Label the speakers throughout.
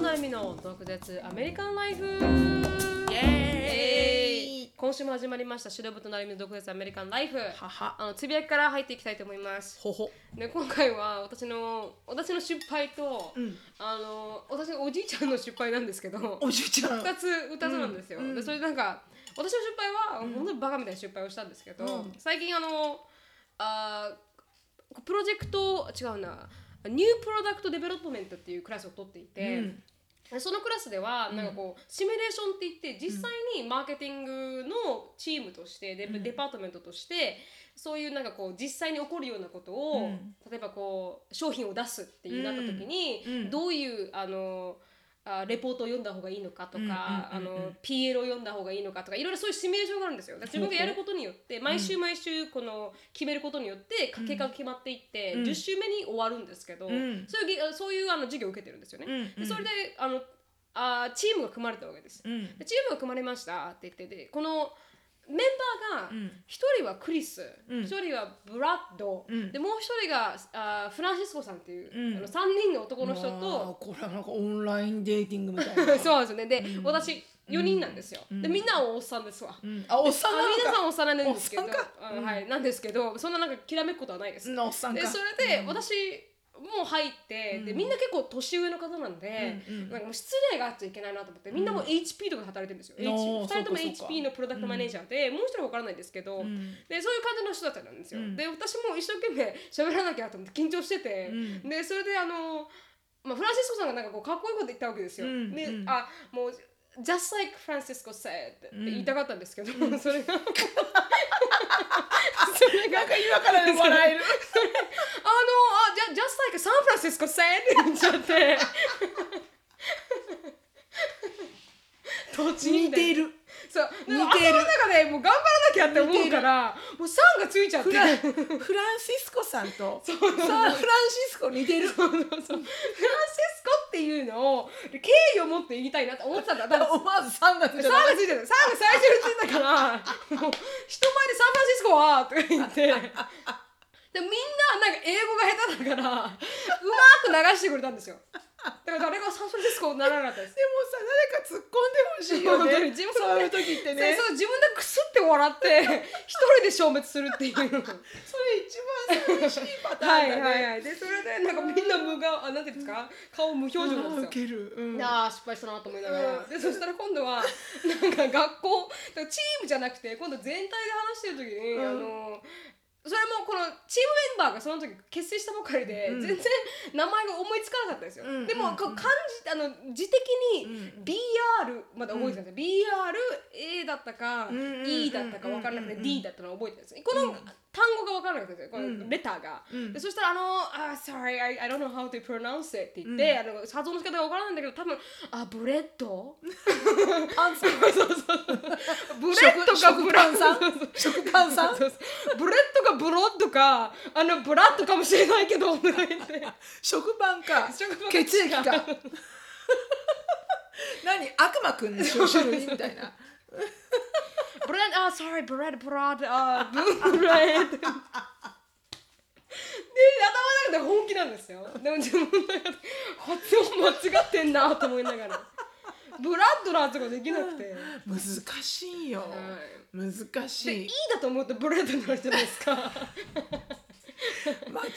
Speaker 1: 奈美の独舌アメリカンライフ
Speaker 2: イエーイ
Speaker 1: 今週も始まりました白となるみの独舌アメリカンライフ
Speaker 2: はは
Speaker 1: あのつぶやきから入っていきたいと思います
Speaker 2: ほほ
Speaker 1: で今回は私の私の失敗と、
Speaker 2: ん
Speaker 1: あの私のおじいちゃんの失敗なん ですけど
Speaker 2: おじいちゃん
Speaker 1: 2つ2つなんですよ、
Speaker 2: うん
Speaker 1: でそれでなんか私の失敗は、本当にバカみたいな失敗をしたんですけど、
Speaker 2: うん
Speaker 1: 最近あのあープロジェクト違うなニュープロダクトデベロップメントっていうクラスを取っていて、
Speaker 2: うん
Speaker 1: でそのクラスではなんかこう、シミュレーションって言って実際にマーケティングのチームとしてデ,、
Speaker 2: うん
Speaker 1: デパートメントとしてそういうなんかこう実際に起こるようなことを、
Speaker 2: うん
Speaker 1: 例えばこう商品を出すっていうなった時に、
Speaker 2: うんうん
Speaker 1: どういうあのあレポートを読んだ方がいいのかと
Speaker 2: うんうんうんうん
Speaker 1: か、あの PL を読んだ方がいいのかとかいろいろそういうシミュレーションがあるんですよ。だから自分がやることによって毎週毎週この決めることによって結果が決まっていって、
Speaker 2: うん
Speaker 1: 10週目に終わるんですけど、
Speaker 2: うん
Speaker 1: そういうそういうあの授業を受けてるんですよね。
Speaker 2: うん
Speaker 1: でそれであのあーチームが組まれたわけです。
Speaker 2: うん
Speaker 1: でチームが組まれましたって言ってでこのメンバー
Speaker 2: う
Speaker 1: が
Speaker 2: ん
Speaker 1: 一人はクリス一、
Speaker 2: うん
Speaker 1: 人はブラッド、
Speaker 2: うん
Speaker 1: でもう一人があーフランシスコさんっていう、
Speaker 2: うん
Speaker 1: あの3人の男の人
Speaker 2: まあ
Speaker 1: と、
Speaker 2: これはなんかオンラインデーティングみたい な
Speaker 1: そうなんですよねで、
Speaker 2: うん
Speaker 1: 私4人なんですよ、
Speaker 2: うん
Speaker 1: でみんなおっさんですわ。
Speaker 2: うんあおっさん
Speaker 1: あ
Speaker 2: なのか
Speaker 1: 皆さんおっさんなんですけど、
Speaker 2: おっさんか
Speaker 1: うん
Speaker 2: うん
Speaker 1: はい、なんですけどそんななんかきらめくことはないです。
Speaker 2: うんおっさん
Speaker 1: で
Speaker 2: か
Speaker 1: それで、私もう入って、で
Speaker 2: うん
Speaker 1: みんな結構年上の方なんで、
Speaker 2: うんうん
Speaker 1: なんかもう失礼があっちゃいけないなと思ってみんなもう HP とかで働いてるんですよ、
Speaker 2: うん
Speaker 1: H
Speaker 2: おー
Speaker 1: 2人とも
Speaker 2: そうかそうか
Speaker 1: HP のプロダクトマネージャーで、もう一人分からないんですけど、
Speaker 2: うん
Speaker 1: でそういう感じの人たちなんですよ、
Speaker 2: うん
Speaker 1: で私も一生懸命喋らなきゃと思って緊張してて、
Speaker 2: うん
Speaker 1: でそれであの、まあ、フランシスコさんがなんかこうかっこいいこと言ったわけですよ、
Speaker 2: うん
Speaker 1: で、
Speaker 2: うん
Speaker 1: あもう Just like Francisco said って言いたかったんですけど、 そ れがそれが
Speaker 2: なんか今からね笑 え る
Speaker 1: あの、あ、じゃ、ジャス like サンフランシスコセンって言っちゃって。土地
Speaker 2: 似ている
Speaker 1: そう、でも
Speaker 2: 似てる
Speaker 1: 頭の中でもう頑張らなきゃって思うから、もうサンがついちゃって。
Speaker 2: フ ランフランシスコさんと さフランシスコ似てる
Speaker 1: そうそうそうフランシスコっていうのを敬意を持って言いたいなって思ってたんだ。だから
Speaker 2: 思わず3月じ
Speaker 1: サ
Speaker 2: ゃ
Speaker 1: ン
Speaker 2: な
Speaker 1: が
Speaker 2: い
Speaker 1: ついてる。サンが最初についたから、もう人前でサンフランシスコはとか言って。でみんななんか英語が下手だから、うまーく流してくれたんですよ。だから誰がサンフランシスコにならなかったです。
Speaker 2: でもさ誰か突っ込んでほしいよね
Speaker 1: 自分
Speaker 2: そういう時ってね
Speaker 1: そう自分でクスって笑って、一人で消滅するっていう。
Speaker 2: それ一番寂しいパターン
Speaker 1: はい
Speaker 2: だね
Speaker 1: はいはい。で、それでなんかみんな無顔、あ、なんていうんですか顔無表情なんです
Speaker 2: あ
Speaker 1: よ
Speaker 2: ーウ。ケる、うん、
Speaker 1: なあ失敗したなと思いながら、
Speaker 2: うん
Speaker 1: でそしたら今度はなんか学校だからチームじゃなくて今度全体で話してる時に、
Speaker 2: うん
Speaker 1: あのそれもこのチームメンバーがその時結成したばかりで、
Speaker 2: うん
Speaker 1: 全然名前が思いつかなかったんですよ、
Speaker 2: うん
Speaker 1: でもこ
Speaker 2: う
Speaker 1: うん漢字あの字的
Speaker 2: う
Speaker 1: に
Speaker 2: ん
Speaker 1: BR まだ覚えてたんですよ、BRA だったか、
Speaker 2: うん
Speaker 1: E だったか分からなくて、
Speaker 2: うん
Speaker 1: D だったのを覚えてたんですこの単語が分からなかったんですよこ
Speaker 2: うん
Speaker 1: のレターが、
Speaker 2: うん
Speaker 1: でそしたらあの「あ sorry I, I don't know how to pronounce it」って言って、あの発音の仕方が分からないんだけど多分「あブレッド?
Speaker 2: パンさん」
Speaker 1: ブレッドか
Speaker 2: 食
Speaker 1: ブラ
Speaker 2: 食パンさん
Speaker 1: そうそう
Speaker 2: 食パンさん
Speaker 1: そうそう ブレッドかブロッドかあのブラッドかもしれないけどとか言って
Speaker 2: 食パンか
Speaker 1: 食パンか
Speaker 2: 血 液か何悪魔くんの種類みたいな
Speaker 1: ブレッド、あ、sorry、ブレッド、ブラッド、あ、ブレッド。で、頭の中で本気なんですよ。でも自分の中で発音間違ってんなと思いながら。ブラッドラーとかできなくて。
Speaker 2: 難しいよ、難し
Speaker 1: で、い
Speaker 2: い
Speaker 1: いだと思ってブレッドになるじゃないですか。は
Speaker 2: 間違っ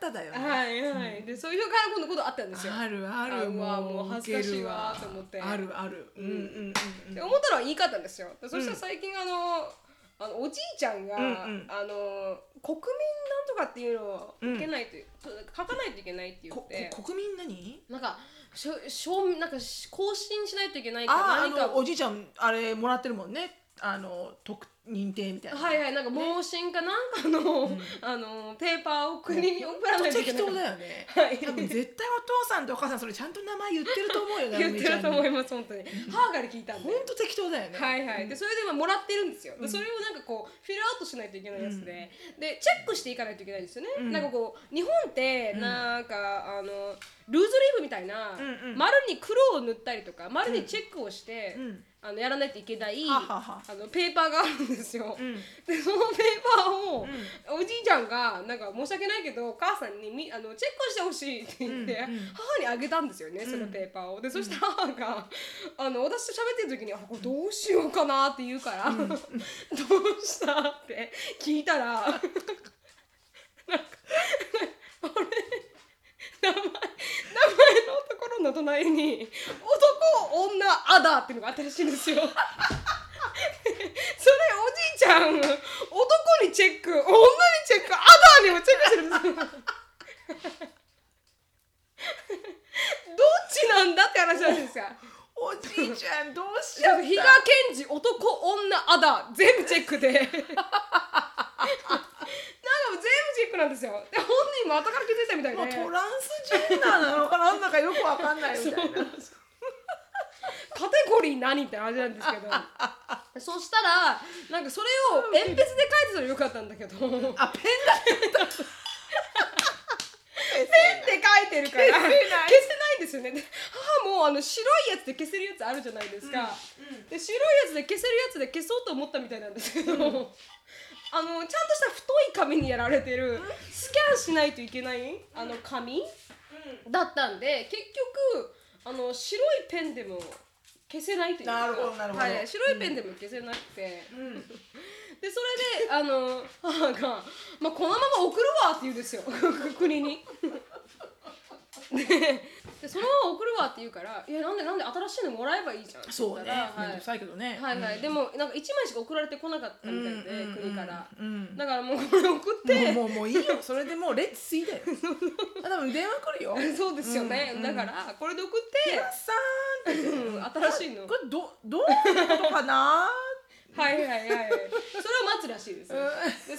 Speaker 2: ただよね、
Speaker 1: いはい。で、そういうから今度ことあったんですよ。
Speaker 2: あるあ
Speaker 1: あ
Speaker 2: る
Speaker 1: うわもう恥ずかしいわ
Speaker 2: ウケ
Speaker 1: と
Speaker 2: る
Speaker 1: 思って
Speaker 2: あるあるうんうんうん
Speaker 1: って思ったのは言い方ですよ。でそしたら最近あの、あのおじいちゃんが、
Speaker 2: うんうん
Speaker 1: あの国民なんとかっていうのを受けないと、書かないといけないって言っ
Speaker 2: こ
Speaker 1: て、
Speaker 2: こ国民何
Speaker 1: なんかしょしょなんかし更新しないといけないか
Speaker 2: ああ
Speaker 1: 何か
Speaker 2: のおじいちゃんあれもらってるもんねあの特認定みたいな
Speaker 1: はいはいなんか盲信かなんかの、あのペーパーを国に送らないといけな
Speaker 2: 適
Speaker 1: い。
Speaker 2: 当だよね
Speaker 1: はい
Speaker 2: 多分絶対お父さんとお母さんそれちゃんと名前言ってると思うよ ね
Speaker 1: 言ってると思
Speaker 2: よ
Speaker 1: います本当に。母から聞いたんで
Speaker 2: 本。当適当だよね
Speaker 1: はいはい、でそれでまあもらってるんですよ、でそれをなんかこうフィルアウトしないといけないやつで、でチェックしていかないといけないんですよね、
Speaker 2: うん
Speaker 1: なんかこう日本ってなんか、あのルーズリーフみたいな、
Speaker 2: うんうん
Speaker 1: 丸に黒を塗ったりとか丸にチェックをして、
Speaker 2: うん
Speaker 1: あのやらないといけない、
Speaker 2: ははは
Speaker 1: あのペーパーがあるんですよ、
Speaker 2: うん
Speaker 1: でそのペーパーを、おじいちゃんがなんか申し訳ないけど母さんにみあのチェックしてほしいって言って、
Speaker 2: うんうん
Speaker 1: 母にあげたんですよね
Speaker 2: ん
Speaker 1: そのペーパーを。でそしたら母があの私と喋ってる時に「あこれどうしようかな」って言うから「どうした?」って聞いたらなんかあれ名前名前のところの隣に「男女アダ」っていうのがあったらしいんですよ。それおじいちゃん男にチェック女にチェックアダーにもチェックしてるんですよどっちなんだって話なんですよ
Speaker 2: おじいちゃんどうしちゃった
Speaker 1: 比嘉賢治男女アダー全部チェックでなんかもう全部チェックなんですよで本人も後から気づいたみたいで
Speaker 2: もうトランスジェンダーなのかなんだかよくわかんないみたいな
Speaker 1: カテゴリー何って話なんですけどそしたらなんかそれを鉛筆で書いてたらよかったんだけどペンで
Speaker 2: あペンだ
Speaker 1: 書いてるから
Speaker 2: 消せない
Speaker 1: 消せないんですよねで母もあの白いやつで消せるやつあるじゃないですか、で白いやつで消せるやつで消そうと思ったみたいなんですけど、あのちゃんとした太い紙にやられてるスキャンしないといけないあの紙、だったんで結局あの白いペンでも消せないというか
Speaker 2: なるほどなるほど
Speaker 1: はい、白いペンでも消せなくて、
Speaker 2: ん
Speaker 1: でそれであの 母が、まあ「このまま送るわ」って言うんですよ 国に。ででそのまま送るわって言うから「いやなんでなんで新しいのもらえばいいじゃん」って言
Speaker 2: そ
Speaker 1: った
Speaker 2: うね
Speaker 1: ら
Speaker 2: めんどくさいけどね
Speaker 1: はいはいはい、でもなんか1枚しか送られてこなかったみたいで、
Speaker 2: うんうんうん
Speaker 1: 国から、
Speaker 2: うん
Speaker 1: だからもうこれ送って
Speaker 2: もうもうもういいよそれでもうレッツスイだよ あ多分電話来るよ
Speaker 1: そうですよね、だからこれで送って、
Speaker 2: 皆さんって
Speaker 1: うん新しいの
Speaker 2: これどどういうことかな
Speaker 1: はいはいはいそれは待つらしいですよ、
Speaker 2: うん
Speaker 1: でそれで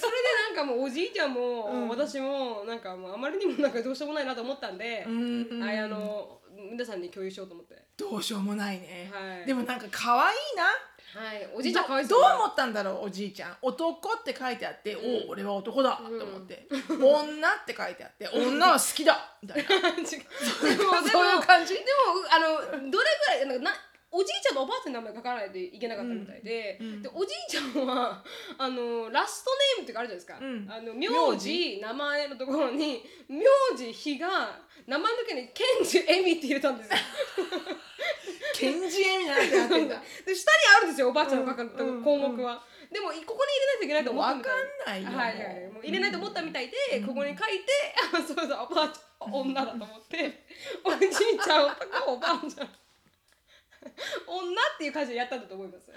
Speaker 1: なんかもうおじいちゃんも、
Speaker 2: うん
Speaker 1: 私もなんかもうあまりにもなんかどうしようもないなと思ったんで、
Speaker 2: うん
Speaker 1: はいあの皆さんに共有しようと思って
Speaker 2: どうしようもないね、
Speaker 1: はい
Speaker 2: でもなんか可愛いな
Speaker 1: はいおじいちゃんかわい
Speaker 2: ど
Speaker 1: そうう
Speaker 2: どう
Speaker 1: だ
Speaker 2: 思ったんだろうおじいちゃん男って書いてあって、おお俺は男だと思って、女って書いてあ って女は好きだみたいな
Speaker 1: 違うでもでも
Speaker 2: そういう感じ
Speaker 1: でもあのどれぐらいなんかなおじいちゃんとおばあちゃんの名前書かないといけなかったみたいで、でおじいちゃんはあのラストネームっていうかあるじゃないですか、
Speaker 2: うん
Speaker 1: あの
Speaker 2: 名
Speaker 1: 名字名前のところに名字比が名前の時にケンジエミって入れたんですよ。
Speaker 2: ケンジエみたいなってなってんだ
Speaker 1: で下にあるんですよおばあちゃんの書くと
Speaker 2: うんうん
Speaker 1: 項目は、でもここに入れないといけないと思ったみたい
Speaker 2: もうわかんないよ
Speaker 1: はいはいもう入れないと思ったみたいで、ここに書いてあそうそうおばあちゃん女だと思っておじいちゃん男おばあちゃん女っていう感じでやったんだと思いますで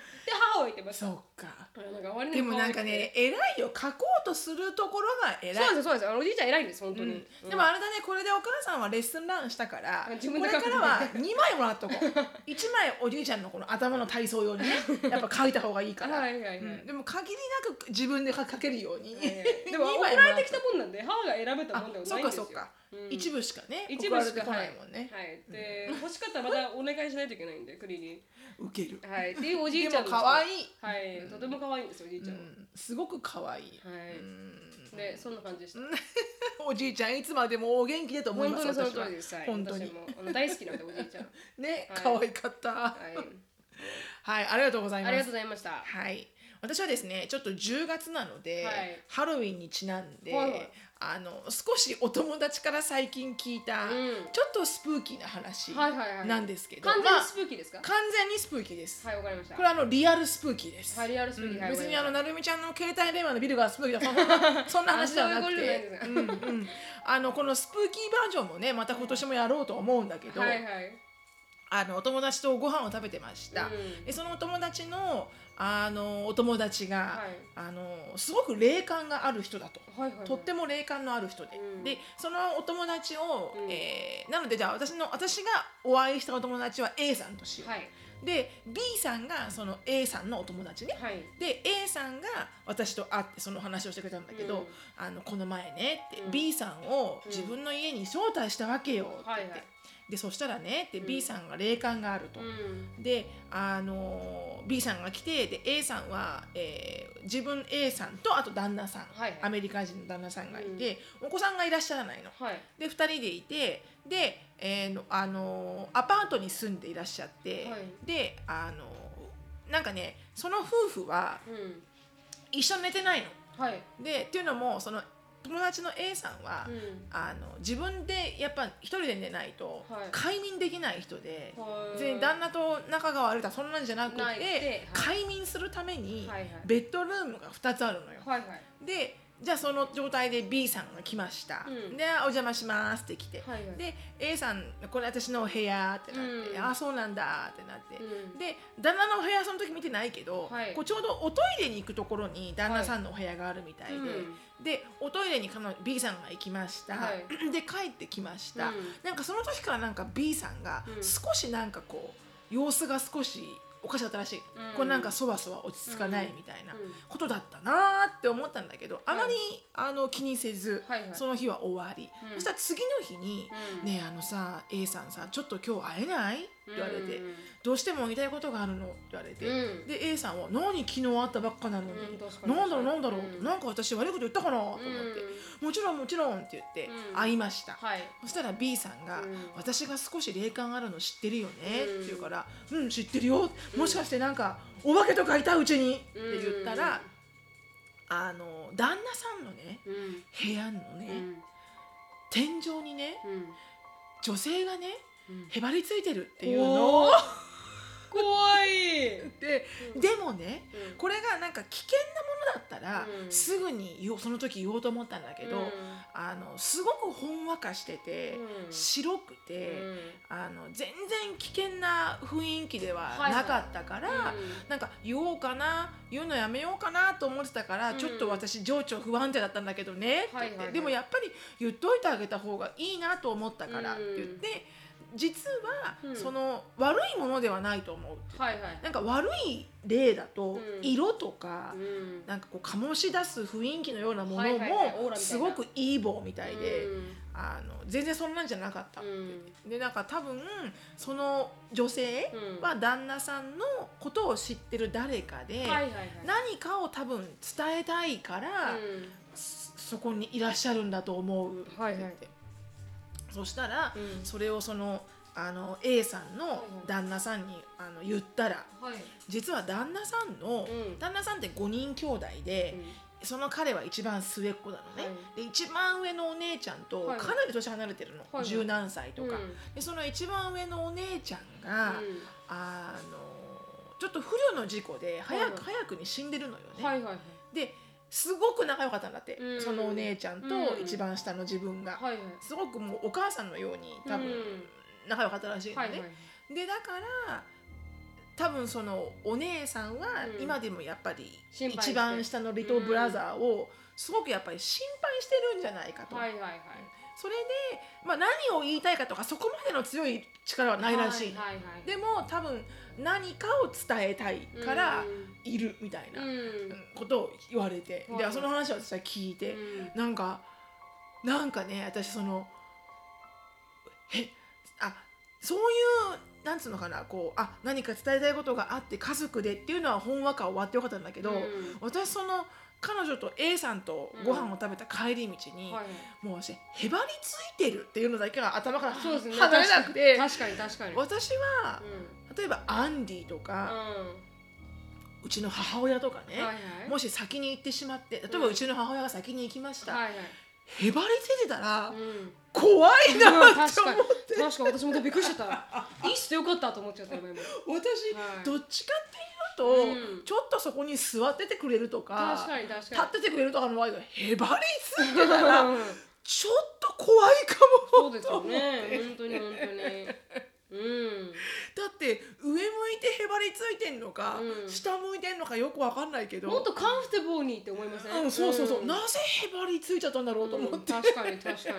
Speaker 1: 母を言ってました
Speaker 2: そっか
Speaker 1: あなんか割に
Speaker 2: でも
Speaker 1: 可
Speaker 2: な
Speaker 1: 愛
Speaker 2: ん
Speaker 1: くて
Speaker 2: かね偉いよ書こうとするところが偉い
Speaker 1: そうなんですよそうなんですよあのおじいちゃん偉いんです本当に、
Speaker 2: でもあれだねこれでお母さんはレッスンランしたから
Speaker 1: 自分
Speaker 2: こ
Speaker 1: で
Speaker 2: れ
Speaker 1: 書
Speaker 2: か
Speaker 1: く
Speaker 2: らは2枚もらっとこう 1枚おじいちゃんのこの頭の体操用に ねやっぱ書いた方がいいから
Speaker 1: はいはいはい
Speaker 2: うんでも限りなく自分で書けるように
Speaker 1: ええでも
Speaker 2: 二
Speaker 1: 送
Speaker 2: 枚
Speaker 1: られ
Speaker 2: も
Speaker 1: てきたもんなんで母が選べた
Speaker 2: あ
Speaker 1: もんでは
Speaker 2: そ
Speaker 1: な
Speaker 2: っ
Speaker 1: いん
Speaker 2: か
Speaker 1: です
Speaker 2: そ
Speaker 1: よ
Speaker 2: っか
Speaker 1: うん
Speaker 2: 一部しかね
Speaker 1: 一部し
Speaker 2: 送られて
Speaker 1: か
Speaker 2: こないもんね
Speaker 1: はい、はい、で欲しかったらまたお願いしないといけないんで国に
Speaker 2: 受ける
Speaker 1: はいっていうおじい
Speaker 2: で
Speaker 1: ちゃ
Speaker 2: も
Speaker 1: ん
Speaker 2: 可愛
Speaker 1: い
Speaker 2: い
Speaker 1: はい、とても可愛いんですよおじいちゃんは、
Speaker 2: うんすごく可愛い
Speaker 1: は
Speaker 2: う
Speaker 1: い、
Speaker 2: ん
Speaker 1: でそんな感じでした、
Speaker 2: おじいちゃんいつまでもお元気でと思い
Speaker 1: 本
Speaker 2: ま
Speaker 1: 当
Speaker 2: す
Speaker 1: にその
Speaker 2: 私
Speaker 1: 通
Speaker 2: は
Speaker 1: りです、はい、
Speaker 2: 本当に
Speaker 1: 私もあの大好きなんでおじいちゃんは
Speaker 2: ね
Speaker 1: はい
Speaker 2: 可愛かった
Speaker 1: い
Speaker 2: はい ありがとうござい
Speaker 1: あ
Speaker 2: ま
Speaker 1: りが
Speaker 2: す
Speaker 1: とうございましたは
Speaker 2: はい、私はですねちょっと10月なので、
Speaker 1: はい
Speaker 2: ハロウィンにちなんで、
Speaker 1: はいはい
Speaker 2: あの少しお友達から最近聞いた、
Speaker 1: うん
Speaker 2: ちょっとスプーキーな話
Speaker 1: いはいはい
Speaker 2: なんですけど、
Speaker 1: 完
Speaker 2: ま
Speaker 1: 全
Speaker 2: あ
Speaker 1: にスプーキーですか、
Speaker 2: 完全にスプーキーです。
Speaker 1: はいわかりました
Speaker 2: これはあのリアルスプーキーです。
Speaker 1: はいリアルスプーキー、はい
Speaker 2: 別にあの
Speaker 1: わか
Speaker 2: なるみちゃんの携帯電話のビルがスプーキーだそんなそんな話ではなく
Speaker 1: あそういうこ
Speaker 2: て
Speaker 1: とじゃ
Speaker 2: うんうんあのこのスプーキーバージョンもねまた今年もやろうと思うんだ
Speaker 1: り
Speaker 2: け
Speaker 1: まし
Speaker 2: ど、
Speaker 1: たはいはい
Speaker 2: あのお友達とご飯を食べてました、
Speaker 1: うん
Speaker 2: でそのお友達のあのお友達が、
Speaker 1: はい
Speaker 2: あのすごく霊感がある人だと。
Speaker 1: はいはいはい
Speaker 2: とっても霊感のある人で、
Speaker 1: うん
Speaker 2: でそのお友達を、
Speaker 1: うん
Speaker 2: えーなのでじゃあ私の私がお会いしたお友達は A さんとしよう、
Speaker 1: はい
Speaker 2: で B さんがその A さんのお友達ね、
Speaker 1: はい
Speaker 2: で A さんが私と会ってその話をしてくれたんだけど、
Speaker 1: うん
Speaker 2: あのこの前ねって、
Speaker 1: うん
Speaker 2: B さんを自分の家に招待したわけよって言って、
Speaker 1: はいはい
Speaker 2: でそしたらねって
Speaker 1: うん
Speaker 2: B さんが霊感があると。
Speaker 1: うん
Speaker 2: で、あのー B さんが来てで A さんは、えー自分 A さんとあと旦那さん、
Speaker 1: はいはい
Speaker 2: アメリカ人の旦那さんがいて、お子さんがいらっしゃらないの。
Speaker 1: はい
Speaker 2: で2人でいてで、えーのあのーアパートに住んでいらっしゃって、
Speaker 1: はい
Speaker 2: であのーなんかねその夫婦は
Speaker 1: うん
Speaker 2: 一緒に寝てないの。
Speaker 1: はい、
Speaker 2: でっていうのもその友達の A さんは、
Speaker 1: うん
Speaker 2: あの自分でやっぱ一人で寝ないと、
Speaker 1: はい
Speaker 2: 快眠できない人で、
Speaker 1: はい
Speaker 2: 別に旦那と仲が悪いとかそんなんじゃなくて
Speaker 1: ないでは
Speaker 2: 快眠するために、
Speaker 1: はいはい
Speaker 2: ベッドルームが2つあるのよ。
Speaker 1: はいはい
Speaker 2: でじゃあその状態で B さんが来ました、
Speaker 1: うん
Speaker 2: で「あお邪魔します」って来て、
Speaker 1: はいはい
Speaker 2: で A さん「これ私のお部屋」ってなって「
Speaker 1: うん
Speaker 2: あそうなんだ」ってなって、
Speaker 1: うん
Speaker 2: で旦那のお部屋その時見てないけど、
Speaker 1: はい
Speaker 2: こうちょうどおトイレに行くところに旦那さんのお部屋があるみたいで、
Speaker 1: はい
Speaker 2: でおトイレに彼女 B さんが行きました、
Speaker 1: はい
Speaker 2: で帰ってきました、
Speaker 1: うん
Speaker 2: なんかその時からなんか B さんが
Speaker 1: うん
Speaker 2: 少しなんかこう様子が少しおかしかったらしい、
Speaker 1: うん
Speaker 2: こうなんかそわそわ落ち着かないみたいな
Speaker 1: うん
Speaker 2: ことだったなーって思ったんだけどあまり、
Speaker 1: は
Speaker 2: あの気にせず、
Speaker 1: はいはい
Speaker 2: その日は終わり、
Speaker 1: うん
Speaker 2: そしたら次の日に「
Speaker 1: うん
Speaker 2: ねえあのさ A さんさちょっと今日会えない?」って言われて、
Speaker 1: うん
Speaker 2: どうしても言いたいことがあるの」って言われて、
Speaker 1: うん
Speaker 2: で A さんは「何昨日会ったばっかなのに、
Speaker 1: うん確かに
Speaker 2: なんだろうなんだろう、
Speaker 1: うん
Speaker 2: なんか私悪いこと言ったかな?」と思って、もちろんもちろん」って言って
Speaker 1: うん
Speaker 2: 会いました。
Speaker 1: はい
Speaker 2: そしたら B さんが、
Speaker 1: うん
Speaker 2: 私が少し霊感あるの知ってるよね」
Speaker 1: うん
Speaker 2: って言うから「うん知ってるよもしかしてなんかお化けとかいたうちに」って言ったら、あの旦那さんのね
Speaker 1: うんうん
Speaker 2: 部屋のね、天井にね
Speaker 1: うんうん
Speaker 2: 女性がね
Speaker 1: うん
Speaker 2: へばりついてるっていうのを
Speaker 1: おー怖い、うん
Speaker 2: ででもねこれがなんか危険なものだったら、
Speaker 1: うん
Speaker 2: すぐに言おうその時言おうと思ったんだけど、
Speaker 1: うん
Speaker 2: あのすごくほんわかしてて、
Speaker 1: うん
Speaker 2: 白くて。あの全然危険な雰囲気ではなかったから、
Speaker 1: はいはいうん
Speaker 2: なんか言おうかな言うのやめようかなと思ってたから、
Speaker 1: うん
Speaker 2: ちょっと私情緒不安定だったんだけどねって
Speaker 1: は
Speaker 2: 言って、
Speaker 1: いはいはい
Speaker 2: でもやっぱり言っといてあげた方がいいなと思ったからっ
Speaker 1: う
Speaker 2: て
Speaker 1: ん
Speaker 2: 言って、実は、
Speaker 1: うん
Speaker 2: その悪いものではないと思うって
Speaker 1: はいはい
Speaker 2: なんか悪い例だと、
Speaker 1: うん
Speaker 2: 色とか、
Speaker 1: うん
Speaker 2: なんかこう醸し出す雰囲気のようなも
Speaker 1: はい
Speaker 2: の
Speaker 1: はいはいオーラみたい
Speaker 2: も
Speaker 1: な
Speaker 2: すごくいい棒みたいで、
Speaker 1: うん
Speaker 2: あの全然そんなんじゃなかったって言って。
Speaker 1: うん
Speaker 2: でなんか多分その女性
Speaker 1: うん
Speaker 2: は旦那さんのことを知ってる誰かで、
Speaker 1: はいはいはい
Speaker 2: 何かを多分伝えたいから、
Speaker 1: うん
Speaker 2: そそこにいらっしゃるんだと思う、
Speaker 1: はいはい
Speaker 2: って言ってそしたら、
Speaker 1: うん
Speaker 2: それをそのあの A さん
Speaker 1: いは
Speaker 2: の
Speaker 1: い
Speaker 2: 旦那さんにあの言ったら
Speaker 1: はい
Speaker 2: 実は旦那さんの、
Speaker 1: うん
Speaker 2: 旦那さんって5人兄弟で。その彼は一番末っ子なのね、
Speaker 1: は
Speaker 2: で一番上のお姉ちゃんと
Speaker 1: はい
Speaker 2: かなり年離れてるの、
Speaker 1: はい
Speaker 2: 十何歳とか、
Speaker 1: うん
Speaker 2: でその一番上のお姉ちゃんが、
Speaker 1: うん
Speaker 2: あのちょっと不慮の事故で早く、
Speaker 1: はい
Speaker 2: 早くに死んでるのよね、
Speaker 1: はいはいはい
Speaker 2: ですごく仲良かったんだって、
Speaker 1: うん
Speaker 2: そのお姉ちゃんと
Speaker 1: うん
Speaker 2: 一番下の自分が、
Speaker 1: はいはい
Speaker 2: すごくもうお母さんのように多分
Speaker 1: うん
Speaker 2: 仲良かったらしいのね、
Speaker 1: はいはい
Speaker 2: でだから多分そのお姉さんは
Speaker 1: うん
Speaker 2: 今でもやっぱり
Speaker 1: 心配して
Speaker 2: 一番下のリトルブラザーをすごくやっぱり心配してるんじゃないかと、
Speaker 1: はいはいはい
Speaker 2: それで、まあ、何を言いたいかとかそこまでの強い力はないらしいの、
Speaker 1: はいはいはい
Speaker 2: でも多分何かを伝えたいから
Speaker 1: う
Speaker 2: いるみたいな
Speaker 1: うん
Speaker 2: ことを言われて、
Speaker 1: はい
Speaker 2: でその話を私は聞いて、
Speaker 1: うん
Speaker 2: なんかなんかね私そのえあそういうなんつうのかなこうあ何か伝えたいことがあって家族でっていうのはほんわか終わってよかったんだけど、
Speaker 1: うん
Speaker 2: 私その彼女と A さんとご飯を食べた帰り道に、
Speaker 1: はい
Speaker 2: もう私へばりついてるっていうのだけが頭から
Speaker 1: そうですね
Speaker 2: 離れなくて
Speaker 1: 確かに確かに
Speaker 2: 私は
Speaker 1: うん
Speaker 2: 例えばアンディとか、うちの母親とか
Speaker 1: うん
Speaker 2: ね、
Speaker 1: はいはい
Speaker 2: もし先に行ってしまって例えば
Speaker 1: うん
Speaker 2: うちの母親が先に行きました、
Speaker 1: はいはい
Speaker 2: へばりついてたら、
Speaker 1: うん
Speaker 2: 怖いな
Speaker 1: うん
Speaker 2: って
Speaker 1: 確
Speaker 2: 思
Speaker 1: か
Speaker 2: っ
Speaker 1: に
Speaker 2: て
Speaker 1: 確かに私もびっくりしちゃ ったいいっすよかったと思っちゃった今今
Speaker 2: 私、
Speaker 1: はい
Speaker 2: どっちかっていうと、
Speaker 1: うん
Speaker 2: ちょっとそこに座っててくれるとか
Speaker 1: 確かに確かに
Speaker 2: 立っててくれるとかの場合がへばりついてたら
Speaker 1: うん
Speaker 2: ちょっと怖いか
Speaker 1: そ
Speaker 2: も
Speaker 1: うです
Speaker 2: と
Speaker 1: よ
Speaker 2: 思って
Speaker 1: ね本当に本当に うん
Speaker 2: だって上向いてへばりついてんのか、
Speaker 1: うん
Speaker 2: 下向いてんのかよくわかんないけど
Speaker 1: もっとカンフテボーにって思いません
Speaker 2: うん、そうそうそう、
Speaker 1: ん
Speaker 2: なぜへばりついちゃったんだろうと思って、
Speaker 1: うん確かに確かに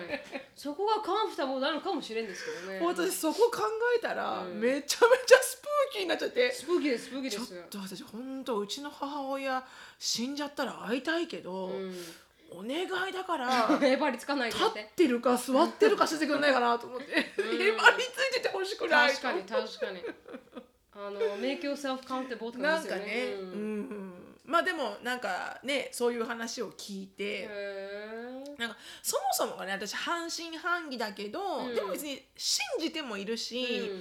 Speaker 1: そこがカンフタボーなのかもしれんですけどね
Speaker 2: 私そこ考えたら、
Speaker 1: うん
Speaker 2: めちゃめちゃスプーキーになっちゃって
Speaker 1: スプーキーですスプーキーで
Speaker 2: ちょっ
Speaker 1: す
Speaker 2: と私本当うちの母親死んじゃったら会いたいけど、
Speaker 1: う
Speaker 2: お願い だから
Speaker 1: んへばりつかないで
Speaker 2: 立
Speaker 1: っ
Speaker 2: っててるか座ってるかしてくれないかなと思って、
Speaker 1: うん
Speaker 2: へばりついててほしくない
Speaker 1: 確かに確かにあの make yourself comfortable って
Speaker 2: な
Speaker 1: 感
Speaker 2: ん
Speaker 1: じ
Speaker 2: か
Speaker 1: ですよ
Speaker 2: ね
Speaker 1: ね、
Speaker 2: うん
Speaker 1: うん、
Speaker 2: まあでもなんかねそういう話を聞いて、
Speaker 1: へー
Speaker 2: なんかそもそもがね私半信半疑だけど、
Speaker 1: うん
Speaker 2: でも別に信じてもいるし、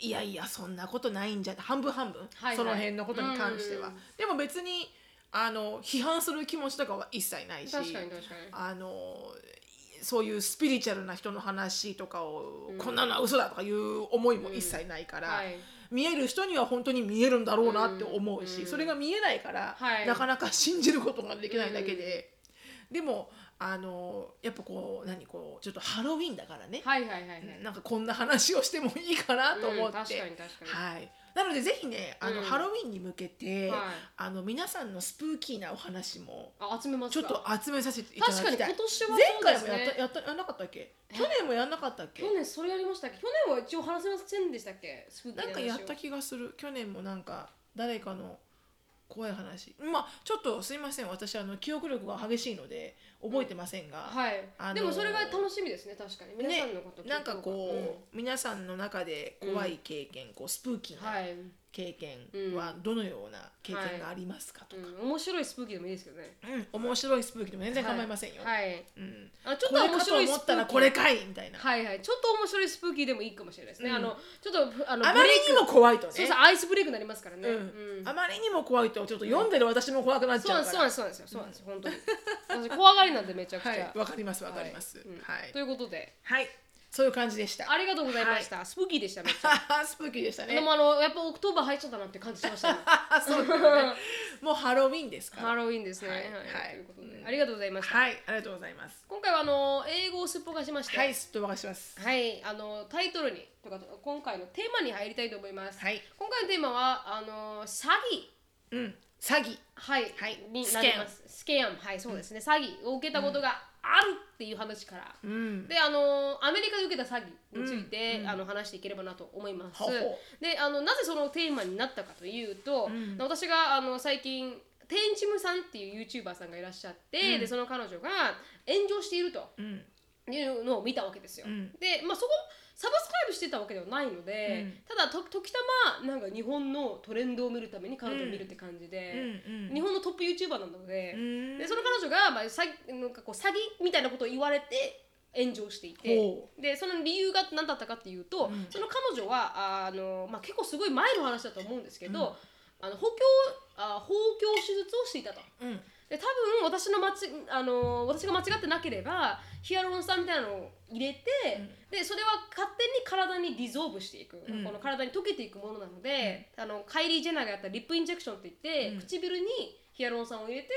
Speaker 2: いやいやそんなことないんじゃ半分半分、
Speaker 1: はい
Speaker 2: その辺のことに関しては、
Speaker 1: うん
Speaker 2: でも別にあの批判する気持ちとかは一切ないし
Speaker 1: 確かに確かに
Speaker 2: あのそういうスピリチュアルな人の話とかを、
Speaker 1: うん
Speaker 2: こんなのは嘘だとかいう思いも一切ないから、
Speaker 1: はい
Speaker 2: 見える人には本当に見えるんだろうなって思うし、
Speaker 1: うん
Speaker 2: それが見えないから、
Speaker 1: はい
Speaker 2: なかなか信じることができないだけで、でもあのやっぱこう何こうちょっとハロウィンだからね、
Speaker 1: はいはいはいはい
Speaker 2: なんかこんな話をしてもいいかなと思って、
Speaker 1: うん確かに確かに
Speaker 2: はい、なのでぜひねあ
Speaker 1: う
Speaker 2: の、
Speaker 1: ん
Speaker 2: ハロウィンに向けて、
Speaker 1: はい
Speaker 2: あの皆さんのスプーキーなお話も
Speaker 1: あ集めます
Speaker 2: ちょっと集めさせていただ
Speaker 1: 確か
Speaker 2: き
Speaker 1: に
Speaker 2: た
Speaker 1: 今
Speaker 2: い。
Speaker 1: 年は
Speaker 2: 前
Speaker 1: そう
Speaker 2: 回
Speaker 1: で
Speaker 2: も
Speaker 1: す
Speaker 2: やった
Speaker 1: ね
Speaker 2: やったやんなかったっけ去年もやんなかったっけ
Speaker 1: 去年それやりましたっけ去年は一応話せませんでしたっけスプーキー
Speaker 2: な
Speaker 1: なん
Speaker 2: か
Speaker 1: 話を
Speaker 2: やった気がする去年もなんか誰かの怖い話まあちょっとすいません私あの記憶力が激しいので覚えてませんが、
Speaker 1: はい、
Speaker 2: あのー
Speaker 1: でもそれが楽しみですね確かに皆さんのこと聞いて
Speaker 2: なんかこう、皆さんの中で怖い経験、こうスプーキー
Speaker 1: は、
Speaker 2: ない経験はどのような経験がありますかと
Speaker 1: う
Speaker 2: か、
Speaker 1: ん、面白いスプーキーでもいいですけどね
Speaker 2: うん面白いスプーキーでも全然構いませんよ、
Speaker 1: はい
Speaker 2: うん、
Speaker 1: あちょっ
Speaker 2: これ
Speaker 1: と面
Speaker 2: かと
Speaker 1: 白いスプー
Speaker 2: 思っ
Speaker 1: キ
Speaker 2: た
Speaker 1: ー
Speaker 2: らこれかいみたいな、
Speaker 1: はいはいちょっと面白いスプーキーでもいいかもしれないですね、
Speaker 2: うん
Speaker 1: あのちょっとあの
Speaker 2: あまりにも怖いとね
Speaker 1: そうそうアイスブレイクになりますからね、
Speaker 2: うんあまりにも怖いとちょっと読んでる私も怖くなっち
Speaker 1: そうな
Speaker 2: ゃうんか
Speaker 1: そう
Speaker 2: ら、
Speaker 1: なんですそうなんですよそうなんですよ本当に私怖がりなんでめちゃくちゃ、
Speaker 2: はいわかりますわかります
Speaker 1: はいうん
Speaker 2: はい
Speaker 1: ということで
Speaker 2: はい、そういう感じでした。
Speaker 1: ありがとうございました、スプーキーでしためっちゃ
Speaker 2: スプーキーでした
Speaker 1: で
Speaker 2: ね。
Speaker 1: もあのやっぱオクトーバー入っちゃったなって感じしましたね
Speaker 2: そうだ ね。もうハロウィンですから。
Speaker 1: ハロウィンですね、
Speaker 2: は
Speaker 1: はいい
Speaker 2: はい
Speaker 1: ということで、
Speaker 2: うん
Speaker 1: ありがとうございました、
Speaker 2: はい、ありがとうございます。
Speaker 1: 今回はあの英語をすっぽかしまして、
Speaker 2: はい、すっとばかします。
Speaker 1: はいあのタイトルにとか今回のテーマに入りたいと思います、
Speaker 2: はい
Speaker 1: 今回のテーマはあの詐欺
Speaker 2: うん、詐欺。
Speaker 1: はい、
Speaker 2: はい
Speaker 1: に
Speaker 2: スキャ
Speaker 1: な
Speaker 2: ン
Speaker 1: りますスキャンはいそうですね、詐欺を受けたことがあるっていう話から、
Speaker 2: うん。
Speaker 1: であのアメリカで受けた詐欺について、あの話していければなと思います。
Speaker 2: ほうほう
Speaker 1: であのなぜそのテーマになったかというと、私があの最近テンチムさんっていう YouTuber さんがいらっしゃって、でその彼女が炎上していると
Speaker 2: うん。
Speaker 1: いうのを見たわけですよ。
Speaker 2: うん
Speaker 1: で、まあ、そこサブスクライブしてたわけではないので、ただと時たまなんか日本のトレンドを見るために彼女を見るって感じ
Speaker 2: う
Speaker 1: で、
Speaker 2: ん。
Speaker 1: 日本のトップ YouTuber なので。
Speaker 2: うん。
Speaker 1: でその彼女が、まあ、詐欺なんかこう詐欺みたいなことを言われて炎上していて
Speaker 2: ほ
Speaker 1: でその理由が何だったかっていうと、
Speaker 2: うん
Speaker 1: その彼女はあの、まあ、結構すごい前の話だと思うんですけど、あの補強あ包強手術をしていたと。
Speaker 2: う。うん。
Speaker 1: で多分私の間ちあの私が間違ってなければヒアルロン酸みたいなのを入れて、でそれは勝手に体にディゾーブしていく、
Speaker 2: ん
Speaker 1: この体に溶けていくものなので、あのカイリー・ジェナーがやったリップインジェクションって言って、
Speaker 2: うん
Speaker 1: 唇にヒアルロン酸を入れて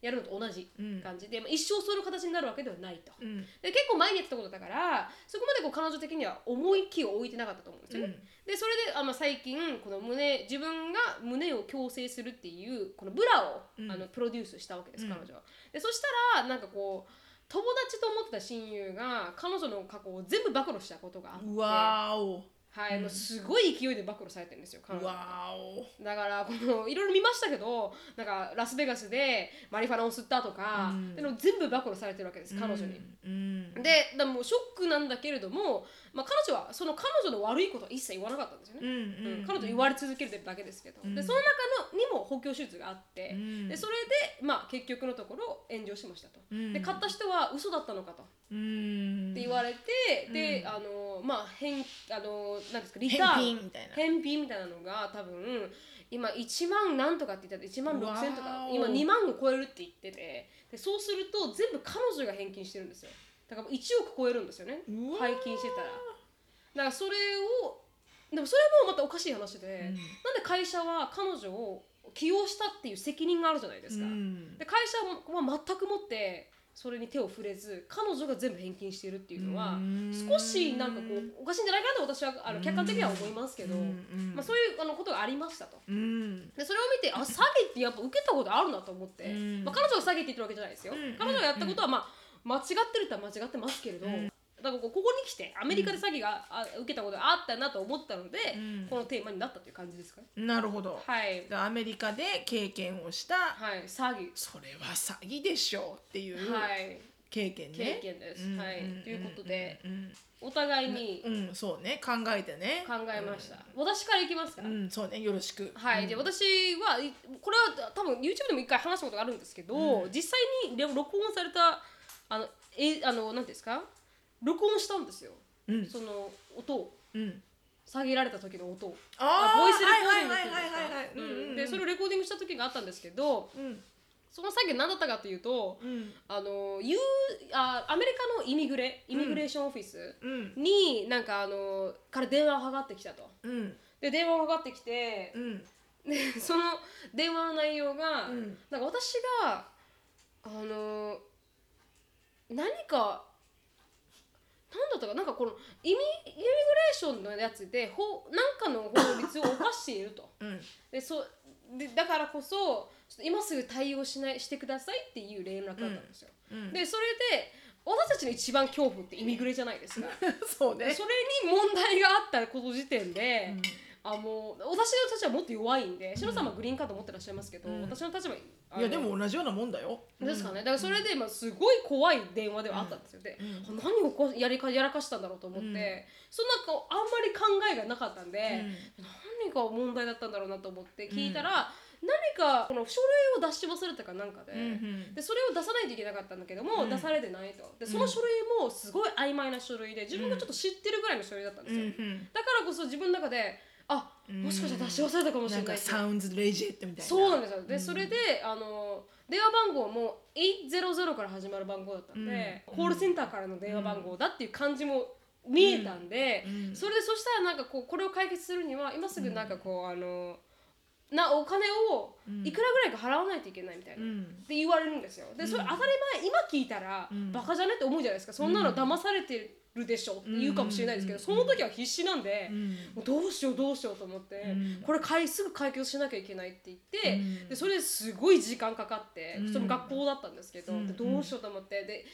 Speaker 1: やるのと同じ
Speaker 2: うん。
Speaker 1: 感じで、まあ、一生そういう形になるわけではないと。
Speaker 2: うん。
Speaker 1: で結構前にやってたことだからそこまでこう彼女的には重い気を置いてなかったと思うんです
Speaker 2: う
Speaker 1: よね。
Speaker 2: ん。
Speaker 1: でそれであの最近この胸自分が胸を矯正するっていうこのブラを、
Speaker 2: うん
Speaker 1: あのプロデュースしたわけです、
Speaker 2: うん
Speaker 1: 彼女はでそしたらなんかこう友達と思ってた親友が彼女の過去を全部暴露したことがあって
Speaker 2: うわーお。
Speaker 1: はい、
Speaker 2: うん
Speaker 1: もうすごい勢いで暴露されてるんですよ彼
Speaker 2: う
Speaker 1: 女
Speaker 2: わーお。
Speaker 1: だからこのいろいろ見ましたけどなんかラスベガスでマリファナを吸ったとか、
Speaker 2: うん
Speaker 1: での全部暴露されてるわけです彼女に。
Speaker 2: うん。うん。
Speaker 1: でだからもうショックなんだけれども、まあ、彼女はその彼女の悪いことは一切言わなかったんですよね
Speaker 2: う。ん。うん。
Speaker 1: 彼女言われ続けるだけですけど、
Speaker 2: うん
Speaker 1: でその中のにも補強手術があって、
Speaker 2: うん
Speaker 1: でそれで、まあ、結局のところ炎上しましたと、
Speaker 2: うん
Speaker 1: で買った人は嘘だったのかと、
Speaker 2: うん。
Speaker 1: って言われて、
Speaker 2: うん
Speaker 1: であのまあ返あのなんですかリタ
Speaker 2: 返
Speaker 1: ーン
Speaker 2: 品みたいな。
Speaker 1: 返品みたいなのが多分今1万なんとかって言ってた1万6000と
Speaker 2: わ
Speaker 1: か
Speaker 2: お
Speaker 1: 今2万を超えるって言っててでそうすると全部彼女が返金してるんですよだからもう1億超えるんですよね
Speaker 2: うわー
Speaker 1: 拝金してたらだからそれをでもそれもまたおかしい話で、
Speaker 2: う
Speaker 1: な
Speaker 2: ん
Speaker 1: んで会社は彼女を起用したっていう責任があるじゃないですか、
Speaker 2: うん
Speaker 1: で会社は全くもってそれに手を触れず彼女が全部返金しているっていうのは
Speaker 2: うん
Speaker 1: 少しなんかこうおかしいんじゃないかなと私はあの客観的には思いますけど、
Speaker 2: うんうん
Speaker 1: まあ、そういうあのことがありましたと。
Speaker 2: うん。
Speaker 1: でそれを見てあ詐欺ってやっぱ受けたことあるなと思って、
Speaker 2: うん
Speaker 1: まあ、彼女が詐欺って言ってるわけじゃないですよ、
Speaker 2: うん
Speaker 1: 彼女がやったことは、まあ、間違ってるとは間違ってますけれど、
Speaker 2: うん
Speaker 1: だからこうここに来てアメリカで詐欺が、あ受けたことがあったなと思ったので、
Speaker 2: うん
Speaker 1: このテーマになったっていう感じですかね。
Speaker 2: なるほど。
Speaker 1: はい、
Speaker 2: アメリカで経験をした、
Speaker 1: はい、詐欺
Speaker 2: それは詐欺でしょうっていう
Speaker 1: はい
Speaker 2: 経験ね。
Speaker 1: 経験です、
Speaker 2: うん
Speaker 1: はい
Speaker 2: ん
Speaker 1: ということで
Speaker 2: うん
Speaker 1: お互いに
Speaker 2: うんうんそうね考えてね
Speaker 1: 考えました、私からいきますか、
Speaker 2: うんそうねよろしく
Speaker 1: はい、で私はいこれは多分 YouTube でも一回話したことがあるんですけど、実際に録音されたあのえあのなんていうんですか録音したんですよ
Speaker 2: うん
Speaker 1: その音を
Speaker 2: うん
Speaker 1: 下げられた時の音を
Speaker 2: あー
Speaker 1: ボイスレコーディング
Speaker 2: は
Speaker 1: っ
Speaker 2: い
Speaker 1: てい
Speaker 2: はいはいはいはい
Speaker 1: うんですかうん
Speaker 2: う
Speaker 1: でそれを
Speaker 2: ん
Speaker 1: レコーディングした時があったんですけど
Speaker 2: うん
Speaker 1: その作業何だったかっていうと
Speaker 2: うん
Speaker 1: あのゆうあアメリカのイミグレイミグレーションオフィス
Speaker 2: うん
Speaker 1: に、なんかあのから電話をかかってきたと。
Speaker 2: うん
Speaker 1: で電話をかかってきて
Speaker 2: う、ん
Speaker 1: でその電話の内容が、
Speaker 2: うん
Speaker 1: なんか私があの何か何だったかなんかこのイミイミグレーションのやつで法なんかの法律を犯していると。
Speaker 2: うん
Speaker 1: でそでだからこそちょっと今すぐ対応しないしてくださいっていう連絡だったんですよ。
Speaker 2: うん
Speaker 1: でそれで私たちの一番恐怖ってイミグレじゃないですか。
Speaker 2: そう
Speaker 1: で
Speaker 2: ね
Speaker 1: それに問題があったこの時点で、あもう私の立場はもっと弱いんで、シロさんはグリーンカード持ってらっしゃいますけど、
Speaker 2: うん
Speaker 1: 私の立場あ
Speaker 2: い
Speaker 1: の
Speaker 2: やでも同じようなもんだよ
Speaker 1: ですかね、だからそれで、まあ、すごい怖い電話ではあったんですよ、で
Speaker 2: うん
Speaker 1: 何をこうやりかやらかしたんだろうと思って、
Speaker 2: うん
Speaker 1: そんなこうあんまり考えがなかったんで、何が問題だったんだろうなと思って聞いたら、何かこの書類を出し忘れたかなんかで,、
Speaker 2: うんうん
Speaker 1: でそれを出さないといけなかったんだけども、
Speaker 2: うん
Speaker 1: 出されてないとでその書類もすごい曖昧な書類で自分がちょっと知ってるぐらいの書類だったんで
Speaker 2: う
Speaker 1: すよ、
Speaker 2: ん
Speaker 1: だからこそ自分の中であ
Speaker 2: うん
Speaker 1: もしかしたら出し忘れたかもし
Speaker 2: な
Speaker 1: れ
Speaker 2: ん
Speaker 1: ない
Speaker 2: か
Speaker 1: って
Speaker 2: サウンズレジェットみたいな
Speaker 1: そうなんですよ
Speaker 2: う
Speaker 1: で
Speaker 2: ん
Speaker 1: それであの電話番号も800から始まる番号だったんで、
Speaker 2: うん
Speaker 1: コールセンターからの電話番号だっていう感じも見えたんで、
Speaker 2: うん
Speaker 1: それでそしたらなんかこうこれを解決するには今すぐなんかこうあのなお金を
Speaker 2: うん
Speaker 1: いくらぐらいか払わないといけないみたいな。
Speaker 2: う
Speaker 1: っ
Speaker 2: ん
Speaker 1: て言われるんですよでそれ
Speaker 2: うん
Speaker 1: 当たり前今聞いたら
Speaker 2: うん
Speaker 1: バカじゃねって思うじゃないですかそんなの騙されてるでしょって言うかもしれないですけど
Speaker 2: うん
Speaker 1: その時は必死なんで
Speaker 2: うん
Speaker 1: もうどうしようどうしようと思って
Speaker 2: うん
Speaker 1: これかいすぐ解決しなきゃいけないって言って
Speaker 2: うん
Speaker 1: でそれですごい時間かかって
Speaker 2: うん
Speaker 1: その学校だったんですけど
Speaker 2: うん
Speaker 1: でどうしようと思ってで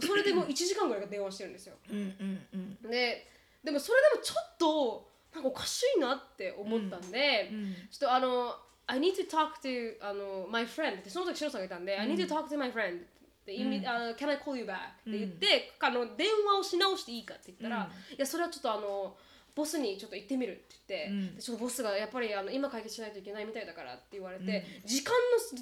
Speaker 1: それでもう1時 間ぐらいが電話してるんですよ。
Speaker 2: うんうんうん
Speaker 1: ででもそれでもちょっとなんかおかしいなって思ったんで、
Speaker 2: うん
Speaker 1: ちょっとあの「I need to talk to あの my friend」ってその時シロさんがいたんで「I need to talk to my friend」って「You need- あの Can I call you back?」って言って、あの電話をし直していいかって言ったら「いやそれはちょっとあのボスにちょっと行ってみる」って言って、
Speaker 2: うん
Speaker 1: でちょっとボスがやっぱりあの今解決しないといけないみたいだからって言われて、時間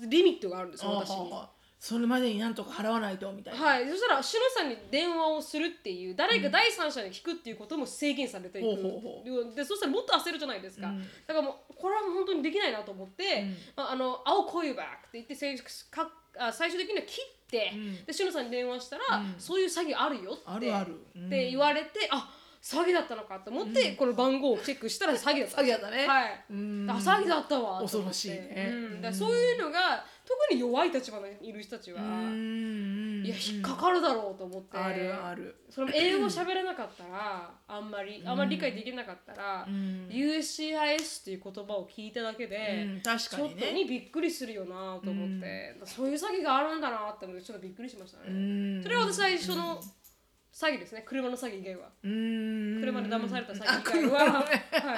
Speaker 1: のリミットがあるんですよ私に。
Speaker 2: ああそれまでになんとか払わないとみたいな
Speaker 1: はい、そしたらシロさんに電話をするっていう誰か第三者に聞くっていうことも制限されていく、
Speaker 2: ほうほうほ
Speaker 1: でそしたらもっと焦るじゃないですか、
Speaker 2: うん
Speaker 1: だからもうこれはもう本当にできないなと思って「
Speaker 2: うん
Speaker 1: まあ、あの I'll call you back」って言ってせかあ最終的には切って、
Speaker 2: うん
Speaker 1: でシロさんに電話したら、
Speaker 2: うん
Speaker 1: そういう詐欺あるよって
Speaker 2: あるあるうん
Speaker 1: って言われてあ詐欺だったのかと思って、この番号をチェックしたら詐欺だった
Speaker 2: 詐欺だったね
Speaker 1: はい
Speaker 2: うん
Speaker 1: あ詐欺だったわと思って
Speaker 2: 恐ろしいね
Speaker 1: うん、だからそういうのが特に弱い立場にいる人たちは、
Speaker 2: い
Speaker 1: いや引っかかるだろうと思って、
Speaker 2: あるある
Speaker 1: それも英語喋れなかったらあんまりあんまり理解できなかったら、
Speaker 2: うん
Speaker 1: UCIS っていう言葉を聞いただけで、
Speaker 2: うん確
Speaker 1: ち
Speaker 2: か
Speaker 1: ょっ
Speaker 2: に
Speaker 1: と
Speaker 2: ね
Speaker 1: にびっくりするよなと思って、そういう詐欺があるんだなって思ってちょっとびっくりしましたね、
Speaker 2: うん
Speaker 1: それは私最初の詐欺ですね車の詐欺以外は
Speaker 2: うん
Speaker 1: 車で騙された詐欺
Speaker 2: あ
Speaker 1: 以外
Speaker 2: 車
Speaker 1: は、
Speaker 2: のね
Speaker 1: は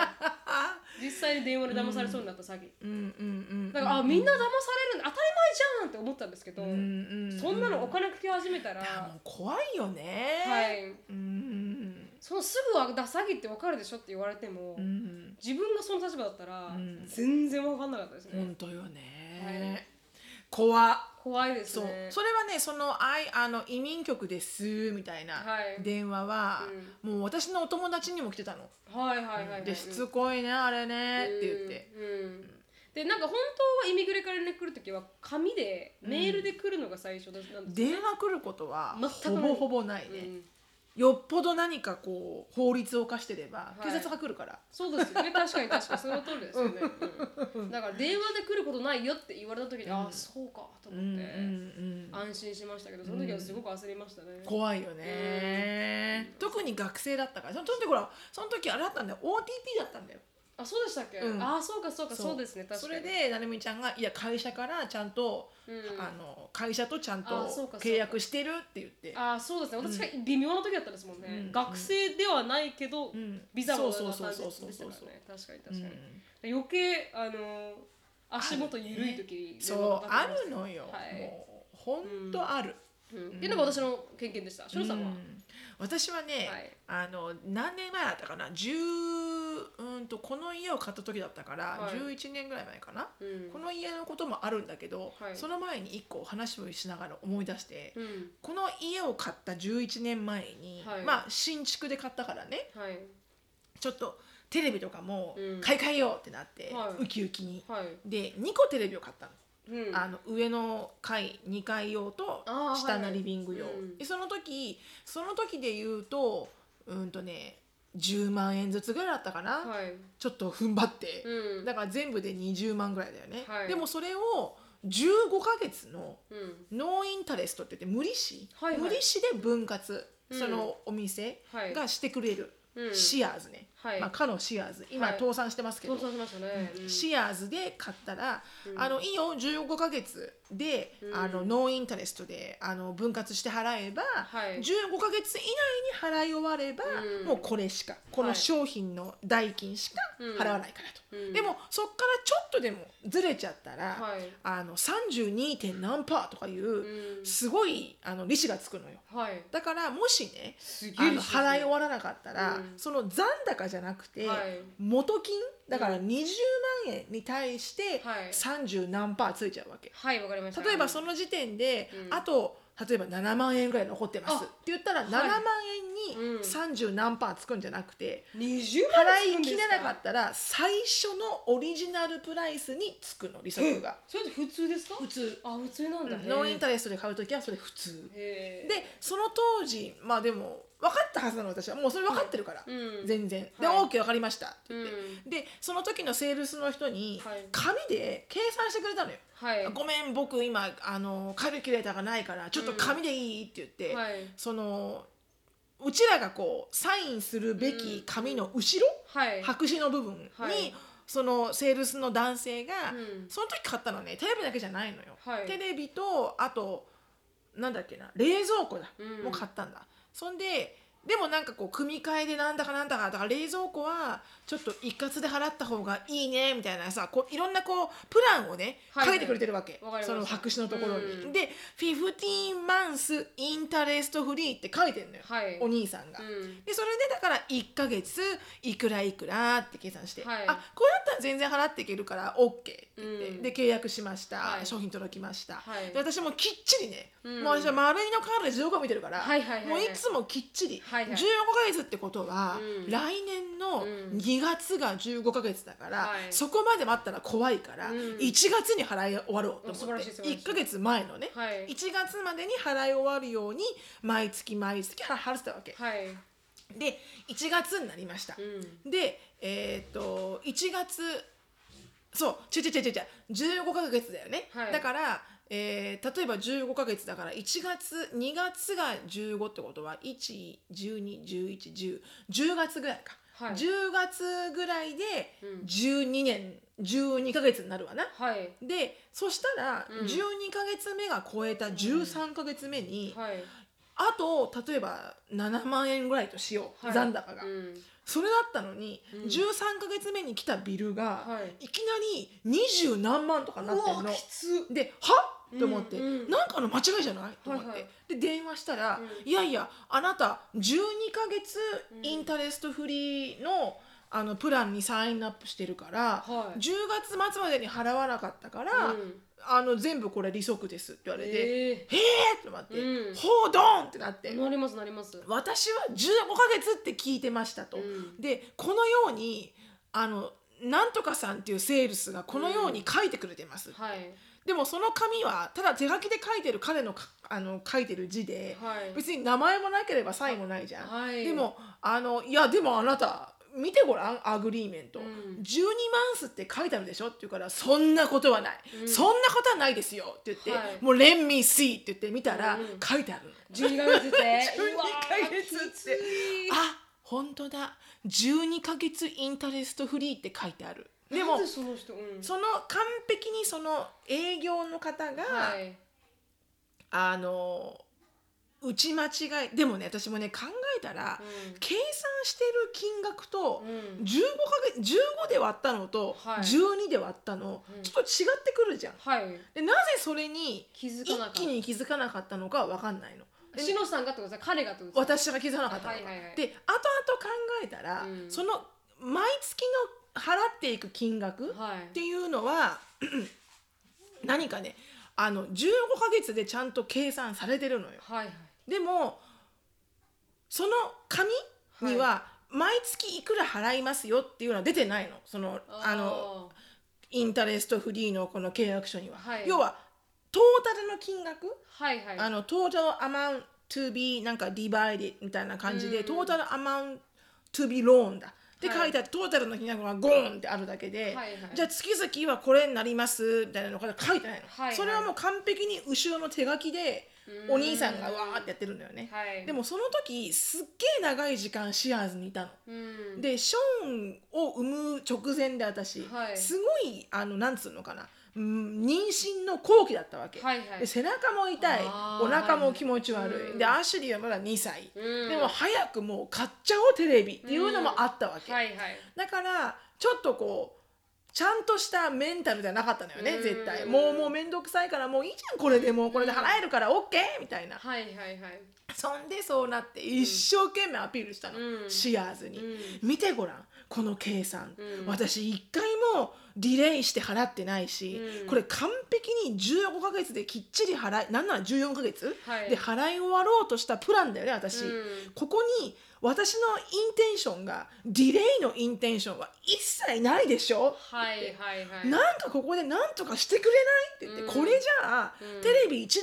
Speaker 1: い、実際に電話で騙されそうになった詐欺、
Speaker 2: うんうんうん
Speaker 1: だからあみんな騙されるんだ当たり前じゃんって思ったんですけど、
Speaker 2: うんうん
Speaker 1: そんなのお金かけ始めたら、
Speaker 2: いやもう怖いよね
Speaker 1: はい
Speaker 2: うん
Speaker 1: そのすぐはダサギってわかるでしょって言われても、
Speaker 2: うん
Speaker 1: 自分がその立場だったら、
Speaker 2: うん
Speaker 1: 全然わかんなかったですね、
Speaker 2: 本当よね怖っ
Speaker 1: 怖いです
Speaker 2: そう
Speaker 1: ね
Speaker 2: それはねそのあいあの移民局ですみたいな
Speaker 1: はい
Speaker 2: 電話は、もう私のお友達にも来てたの、
Speaker 1: はいはいはいはい
Speaker 2: でしつこいねあれねって言って、、
Speaker 1: うんうんでなんか本当はイミグレから連絡来る時は紙で
Speaker 2: うん
Speaker 1: メールで来るのが最初なんです、うん
Speaker 2: 電話来ることは
Speaker 1: 全
Speaker 2: ほ
Speaker 1: くない
Speaker 2: ぼほぼないね、よっぽど何かこう法律を犯してれば
Speaker 1: い
Speaker 2: 警察が来るから、
Speaker 1: そうですよね確かに確かにその通りですよね、うんだから電話で来ることないよって言われた時に、ああそうかと
Speaker 2: うん
Speaker 1: 思って、
Speaker 2: うんうん
Speaker 1: 安心しましたけどその時はすごく焦りましたね、
Speaker 2: 怖いよね、特に学生だったからその時ほらその時あれだったんだよ OTP だったんだよ
Speaker 1: あそうでしたっけ、
Speaker 2: うん
Speaker 1: あそうかそうかそう
Speaker 2: そう
Speaker 1: ですね確か
Speaker 2: そ
Speaker 1: に
Speaker 2: れでなるみちゃんが「いや会社からちゃんと、
Speaker 1: うん
Speaker 2: あの会社とちゃんと
Speaker 1: あそうかそうか
Speaker 2: 契約してる」って言って
Speaker 1: あそうですね私が微妙な時だったんですもんね、
Speaker 2: うん
Speaker 1: 学生ではないけど、
Speaker 2: ん
Speaker 1: ビザも
Speaker 2: そう
Speaker 1: な
Speaker 2: そう
Speaker 1: 感じ
Speaker 2: そう
Speaker 1: で
Speaker 2: そう
Speaker 1: し
Speaker 2: そ
Speaker 1: た
Speaker 2: う
Speaker 1: からね確かに確かに、
Speaker 2: うん
Speaker 1: 余計あの足元緩い時
Speaker 2: そうある
Speaker 1: の、
Speaker 2: のよ、
Speaker 1: はい
Speaker 2: もうほんとある、
Speaker 1: うん、っていうのが私の経験でしたシロさんは、
Speaker 2: うん私はね、
Speaker 1: はい
Speaker 2: あの何年前だったかな10うんとこの家を買った時だったから、
Speaker 1: はい
Speaker 2: 11年ぐらい前かな、
Speaker 1: うん
Speaker 2: この家のこともあるんだけど、
Speaker 1: はい
Speaker 2: その前に一個話をしながら思い出して、
Speaker 1: うん
Speaker 2: この家を買った11年前に、
Speaker 1: はい
Speaker 2: まあ新築で買ったからね
Speaker 1: はい
Speaker 2: ちょっとテレビとかも
Speaker 1: うん
Speaker 2: 買い替えようってなって、
Speaker 1: はい
Speaker 2: ウキウキに、
Speaker 1: はい
Speaker 2: で2個テレビを買ったの
Speaker 1: うん
Speaker 2: あの上の階2階用と
Speaker 1: あー
Speaker 2: 下
Speaker 1: は
Speaker 2: の
Speaker 1: い
Speaker 2: リビング用、
Speaker 1: うん
Speaker 2: でその時その時で言うとうんとね10万円ずつぐらいだったかな、
Speaker 1: はい
Speaker 2: ちょっと踏ん張って、
Speaker 1: うん
Speaker 2: だから全部で20万ぐらいだよね、
Speaker 1: はい
Speaker 2: でもそれを15ヶ月の
Speaker 1: うん
Speaker 2: ノーインタレストって言って無利子、
Speaker 1: はいはい
Speaker 2: 無利子で分割、
Speaker 1: うん
Speaker 2: そのお店
Speaker 1: はい
Speaker 2: がしてくれる、
Speaker 1: うん
Speaker 2: シアーズね、
Speaker 1: はい
Speaker 2: まあ、かのシアーズ今
Speaker 1: はい
Speaker 2: 倒産してますけど、
Speaker 1: 倒産しましたねうん
Speaker 2: シアーズで買ったら、
Speaker 1: うん
Speaker 2: あのいいよ15ヶ月で、
Speaker 1: うん
Speaker 2: あのノーインタレストであの分割して払えば、
Speaker 1: はい
Speaker 2: 15ヶ月以内に払い終われば、
Speaker 1: うん
Speaker 2: もうこれしかこの商品の代金しか払わないからと、
Speaker 1: うん
Speaker 2: でもそっからちょっとでもずれちゃったら、
Speaker 1: はい
Speaker 2: あの 32. 点何パーとかいう
Speaker 1: うん
Speaker 2: すごいあの利子がつくのよ
Speaker 1: はい
Speaker 2: だからもしね
Speaker 1: す
Speaker 2: あ
Speaker 1: げえ
Speaker 2: の払い終わらなかったら、
Speaker 1: うん
Speaker 2: その残高じゃなくて、
Speaker 1: はい
Speaker 2: 元金だから
Speaker 1: う
Speaker 2: 20万円に対して
Speaker 1: はい
Speaker 2: 30何パーついちゃうわけ、
Speaker 1: はいわかりました
Speaker 2: 例えばその時点で、
Speaker 1: うん
Speaker 2: あと例えば7万円ぐらい残ってます
Speaker 1: あ
Speaker 2: って言ったら7万円
Speaker 1: うん
Speaker 2: に30何パーつくんじゃなくて、
Speaker 1: 20
Speaker 2: 払
Speaker 1: 万切
Speaker 2: いき
Speaker 1: れ
Speaker 2: れなかったら最初のオリジナルプライスにつくの利息が
Speaker 1: それって普通ですか
Speaker 2: 普通
Speaker 1: あ普通なんだ
Speaker 2: ノーインタ
Speaker 1: レ
Speaker 2: レストで買う時はそれ普通
Speaker 1: へ
Speaker 2: でその当時まあでも分かったはずなの私はもうそれ分かってるから、
Speaker 1: ーうん
Speaker 2: 全然で、
Speaker 1: はい
Speaker 2: OK 分かりましたって言って、
Speaker 1: う
Speaker 2: でその時のセールスの人に
Speaker 1: はい
Speaker 2: 紙で計算してくれたのよ、
Speaker 1: はい
Speaker 2: ごめん僕今あのカルキュレーターがないからちょっと紙でいいって言って、
Speaker 1: はい
Speaker 2: そのうちらがこうサインするべ
Speaker 1: う
Speaker 2: き
Speaker 1: ん
Speaker 2: 紙の後ろ、
Speaker 1: はい
Speaker 2: 白紙の部分に、
Speaker 1: はい
Speaker 2: そのセールスの男性が、
Speaker 1: うん
Speaker 2: その時買ったのねテレビだけじゃないのよ、
Speaker 1: はい
Speaker 2: テレビとあとなんだっけな冷蔵庫だ、
Speaker 1: うん
Speaker 2: もう買ったんだそんででもなんかこう組み替えでなんだかなんだかだから冷蔵庫はちょっと一括で払った方がいいねみたいなさこういろんなこうプランをね、
Speaker 1: はいはい
Speaker 2: 書いてくれてるわけ
Speaker 1: わかりました
Speaker 2: その白紙のところに、
Speaker 1: うん
Speaker 2: で「15 months interest free」って書いてるのよ、
Speaker 1: はい
Speaker 2: お兄さんが。
Speaker 1: うん
Speaker 2: でそれでだから1ヶ月いくらいくらって計算して、
Speaker 1: はい
Speaker 2: あこれだったら全然払っていけるから OK って言って、
Speaker 1: うん
Speaker 2: で契約しました、
Speaker 1: はい
Speaker 2: 商品届きました、
Speaker 1: はい
Speaker 2: で私もきっちりね、
Speaker 1: うん
Speaker 2: もう私は丸いのカードで動画を見てるから、
Speaker 1: はいはいはいはい
Speaker 2: もういつもきっちり、
Speaker 1: はいはい
Speaker 2: 15ヶ月ってことは、
Speaker 1: うん
Speaker 2: 来年の
Speaker 1: うん
Speaker 2: 2月が15ヶ月だから、
Speaker 1: はい
Speaker 2: そこまで待ったら怖いから、
Speaker 1: うん
Speaker 2: 1月に払い終わろうと
Speaker 1: 素晴
Speaker 2: 思っ
Speaker 1: ら
Speaker 2: て
Speaker 1: しい素晴らしい
Speaker 2: 1ヶ月前のね、
Speaker 1: はい
Speaker 2: 1月までに払い終わるように毎月毎月払ってたわけ。
Speaker 1: はい
Speaker 2: で1月になりました、
Speaker 1: うん
Speaker 2: でえっ、と1月そうちょちょちょちょちょ15ヶ月だよね、
Speaker 1: はい
Speaker 2: だから、えー例えば15ヶ月だから1月2月が15ってことは111211010月ぐらいか、
Speaker 1: はい
Speaker 2: 10月ぐらいで
Speaker 1: うん
Speaker 2: 12年12ヶ月になるわな、
Speaker 1: はい
Speaker 2: でそしたら
Speaker 1: うん
Speaker 2: 12ヶ月目が超えた13ヶ月目に、
Speaker 1: はい
Speaker 2: あと例えば7万円ぐらいとしよう、
Speaker 1: はい
Speaker 2: 残高が、
Speaker 1: うん
Speaker 2: それだったのに、
Speaker 1: うん
Speaker 2: 13ヶ月目に来たビルが、、
Speaker 1: はい
Speaker 2: きなり20何万とかなってん
Speaker 1: う
Speaker 2: の
Speaker 1: わきつ
Speaker 2: で「はっ?」と思って、
Speaker 1: うんうん
Speaker 2: なんかの間違いじゃないと思って、
Speaker 1: はいはい
Speaker 2: で電話したら「
Speaker 1: うん
Speaker 2: いやいやあなた12ヶ月
Speaker 1: うん
Speaker 2: インタレストフリーのあのプランにサインアップしてるから、
Speaker 1: はい
Speaker 2: 10月末までに払わなかったから、
Speaker 1: うん
Speaker 2: あの全部これ利息です」って言われて。
Speaker 1: え
Speaker 2: へえってなって、
Speaker 1: うん
Speaker 2: ほうどんってなって、
Speaker 1: えなりますなります
Speaker 2: 私は15ヶ月って聞いてましたと、
Speaker 1: うん
Speaker 2: でこのようにあのなんとかさんっていうセールスがこのように書いてくれてます、
Speaker 1: はい
Speaker 2: でもその紙はただ手書きで書いてる彼のかあの書いてる字で、
Speaker 1: はい
Speaker 2: 別に名前もなければサインもないじゃん、
Speaker 1: はい
Speaker 2: でもあのいやでもあなた見てごらんアグリーメント、
Speaker 1: うん
Speaker 2: 12マンスって書いてあるでしょって言うからそんなことはない、
Speaker 1: うん
Speaker 2: そんなことはないですよって言って、
Speaker 1: はい
Speaker 2: もう「レンミーシー」って言って見たら、
Speaker 1: うん
Speaker 2: 書いてあるの
Speaker 1: 12ヶ月で
Speaker 2: 12ヶ月って
Speaker 1: うわ
Speaker 2: あ本当だ12ヶ月インタレストフリーって書いてある
Speaker 1: ーきつい
Speaker 2: でも
Speaker 1: なんその人うん
Speaker 2: その完璧にその営業の方が、
Speaker 1: はい
Speaker 2: あの打ち間違いでもね私もね考えたら、
Speaker 1: うん
Speaker 2: 計算してる金額と、
Speaker 1: うん
Speaker 2: 15ヶ月15で割ったのと、
Speaker 1: はい
Speaker 2: 12で割ったの、
Speaker 1: うん
Speaker 2: ちょっと違ってくるじゃん。
Speaker 1: はい
Speaker 2: でなぜそれに
Speaker 1: 気づ
Speaker 2: 一
Speaker 1: かなかった
Speaker 2: 気に気づかなかったのかは分かんないの。で
Speaker 1: 篠さんがってことですか彼がってことですか
Speaker 2: 私が気づかなかったの
Speaker 1: は
Speaker 2: か、
Speaker 1: いはいはい
Speaker 2: で後々考えたら、
Speaker 1: うん
Speaker 2: その毎月の払っていく金額っ
Speaker 1: はい
Speaker 2: ていうのは 何かねあの15ヶ月でちゃんと計算されてるのよ
Speaker 1: はいはい
Speaker 2: でもその紙には、毎月いくら払いますよっていうのは出てないのそのあの
Speaker 1: ー
Speaker 2: インタレストフリーのこの契約書には、
Speaker 1: はい
Speaker 2: 要はトータルの金額、
Speaker 1: はいはい
Speaker 2: あのトータルアマウント to be なんか divided みたいな感じで、
Speaker 1: うん
Speaker 2: トータルアマウント to be loan だって
Speaker 1: はい
Speaker 2: 書いてあって、トータルの金額がゴーンってあるだけで、
Speaker 1: はいはい
Speaker 2: じゃあ月々はこれになりますみたいなのが書いてないの、
Speaker 1: はいはい
Speaker 2: それはもう完璧に後ろの手書きで
Speaker 1: うん
Speaker 2: お兄さんがわーってやってるんだよね、
Speaker 1: はい
Speaker 2: でもその時すっげえ長い時間シアーズにいたの。
Speaker 1: うん
Speaker 2: でショーンを産む直前で私、
Speaker 1: はい
Speaker 2: すごいあのなんつうのかな、うん、妊娠の後期だったわけ、
Speaker 1: はいはい
Speaker 2: で背中も痛い
Speaker 1: あー
Speaker 2: お腹も気持ち悪い、
Speaker 1: はい
Speaker 2: でアシュリーはまだ2歳、
Speaker 1: うん
Speaker 2: でも早くもう買っちゃおうテレビっていうのもあったわけ、
Speaker 1: はいはい
Speaker 2: だからちょっとこうちゃんとしたメンタルじゃなかったのよね、
Speaker 1: うん
Speaker 2: 絶対もうもう面倒くさいからもういいじゃんこれでもうこれで払えるから OK みたいな、
Speaker 1: はいはいはい
Speaker 2: そんでそうなって一生懸命アピールしたの、
Speaker 1: うん
Speaker 2: シアーズに、
Speaker 1: う
Speaker 2: 見てごらんこの計算、
Speaker 1: うん
Speaker 2: 私一回もディレイして払ってないし、
Speaker 1: うん
Speaker 2: これ完璧に15ヶ月できっちり払いなんなら14ヶ月、
Speaker 1: はい
Speaker 2: で払い終わろうとしたプランだよね私、
Speaker 1: うん
Speaker 2: ここに私のインテンションがディレイのインテンションは一切ないでしょ、
Speaker 1: はいはいはい
Speaker 2: なんかここで何とかしてくれないって言って、
Speaker 1: うん
Speaker 2: これじゃあ、
Speaker 1: うん
Speaker 2: テレビ1台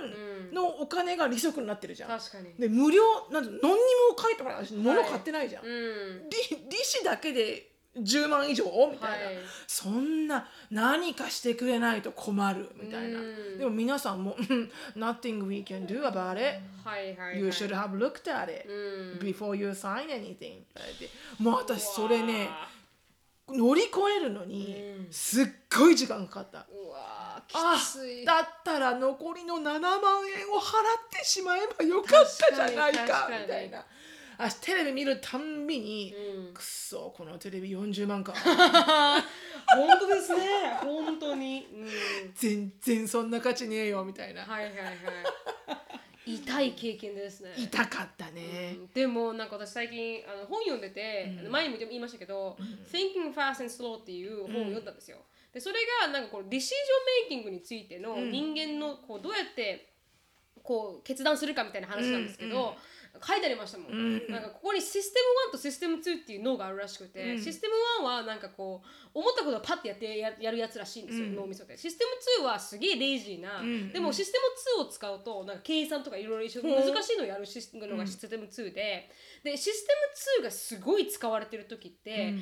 Speaker 1: うん
Speaker 2: 分のお金が利息になってるじゃん、
Speaker 1: 確かに
Speaker 2: で無料なんて何にも書いてもらうし物買ってないじゃん、
Speaker 1: うん
Speaker 2: 利利子だけで10万以上みたいな、
Speaker 1: はい
Speaker 2: そんな何かしてくれないと困るみたいな、
Speaker 1: うん
Speaker 2: でも皆さんもうん「Nothing we can do about it
Speaker 1: はいはいはい
Speaker 2: you should have looked at it
Speaker 1: うん
Speaker 2: before you sign anything」ってもう私それ
Speaker 1: う
Speaker 2: ね
Speaker 1: わ
Speaker 2: 乗り越えるのに
Speaker 1: うん
Speaker 2: すっごい時間かかった。
Speaker 1: ーうわー
Speaker 2: あ
Speaker 1: きつい
Speaker 2: だったら残りの7万円を払ってしまえばよかったじゃない
Speaker 1: 確
Speaker 2: か
Speaker 1: かに
Speaker 2: みたいなあテレビ見るたんびに、
Speaker 1: うん
Speaker 2: くっそこのテレビ40 万か
Speaker 1: 本当ですね本当にうん
Speaker 2: 全然そんな価値ねえよみたいな、
Speaker 1: はいはいはい痛い経験ですね
Speaker 2: 痛かったね、
Speaker 1: うんでもなんか私最近あの本読んでて、前にも言いましたけど「Thinking Fast and Slow」っていう本を読んだんですよ。でそれがなんかこうディシジョンメイキングについての人間のこうどうやってこう決断するかみたいな話なんですけど、書いてありましたもん。
Speaker 2: ん
Speaker 1: なんかここにシステム1とシステム2っていう脳があるらしくて、
Speaker 2: うん
Speaker 1: システム1はなんかこう思ったことをパッてやってややるやつらしいんですよ、
Speaker 2: うん
Speaker 1: 脳みそでシステム2はすげえレイジーな、
Speaker 2: うん
Speaker 1: でもシステム2を使うとなんか計算とかいろいろ一緒
Speaker 2: ほう
Speaker 1: 難しいのをやるシステムのがシステム2で、でシステム2がすごい使われてる時って、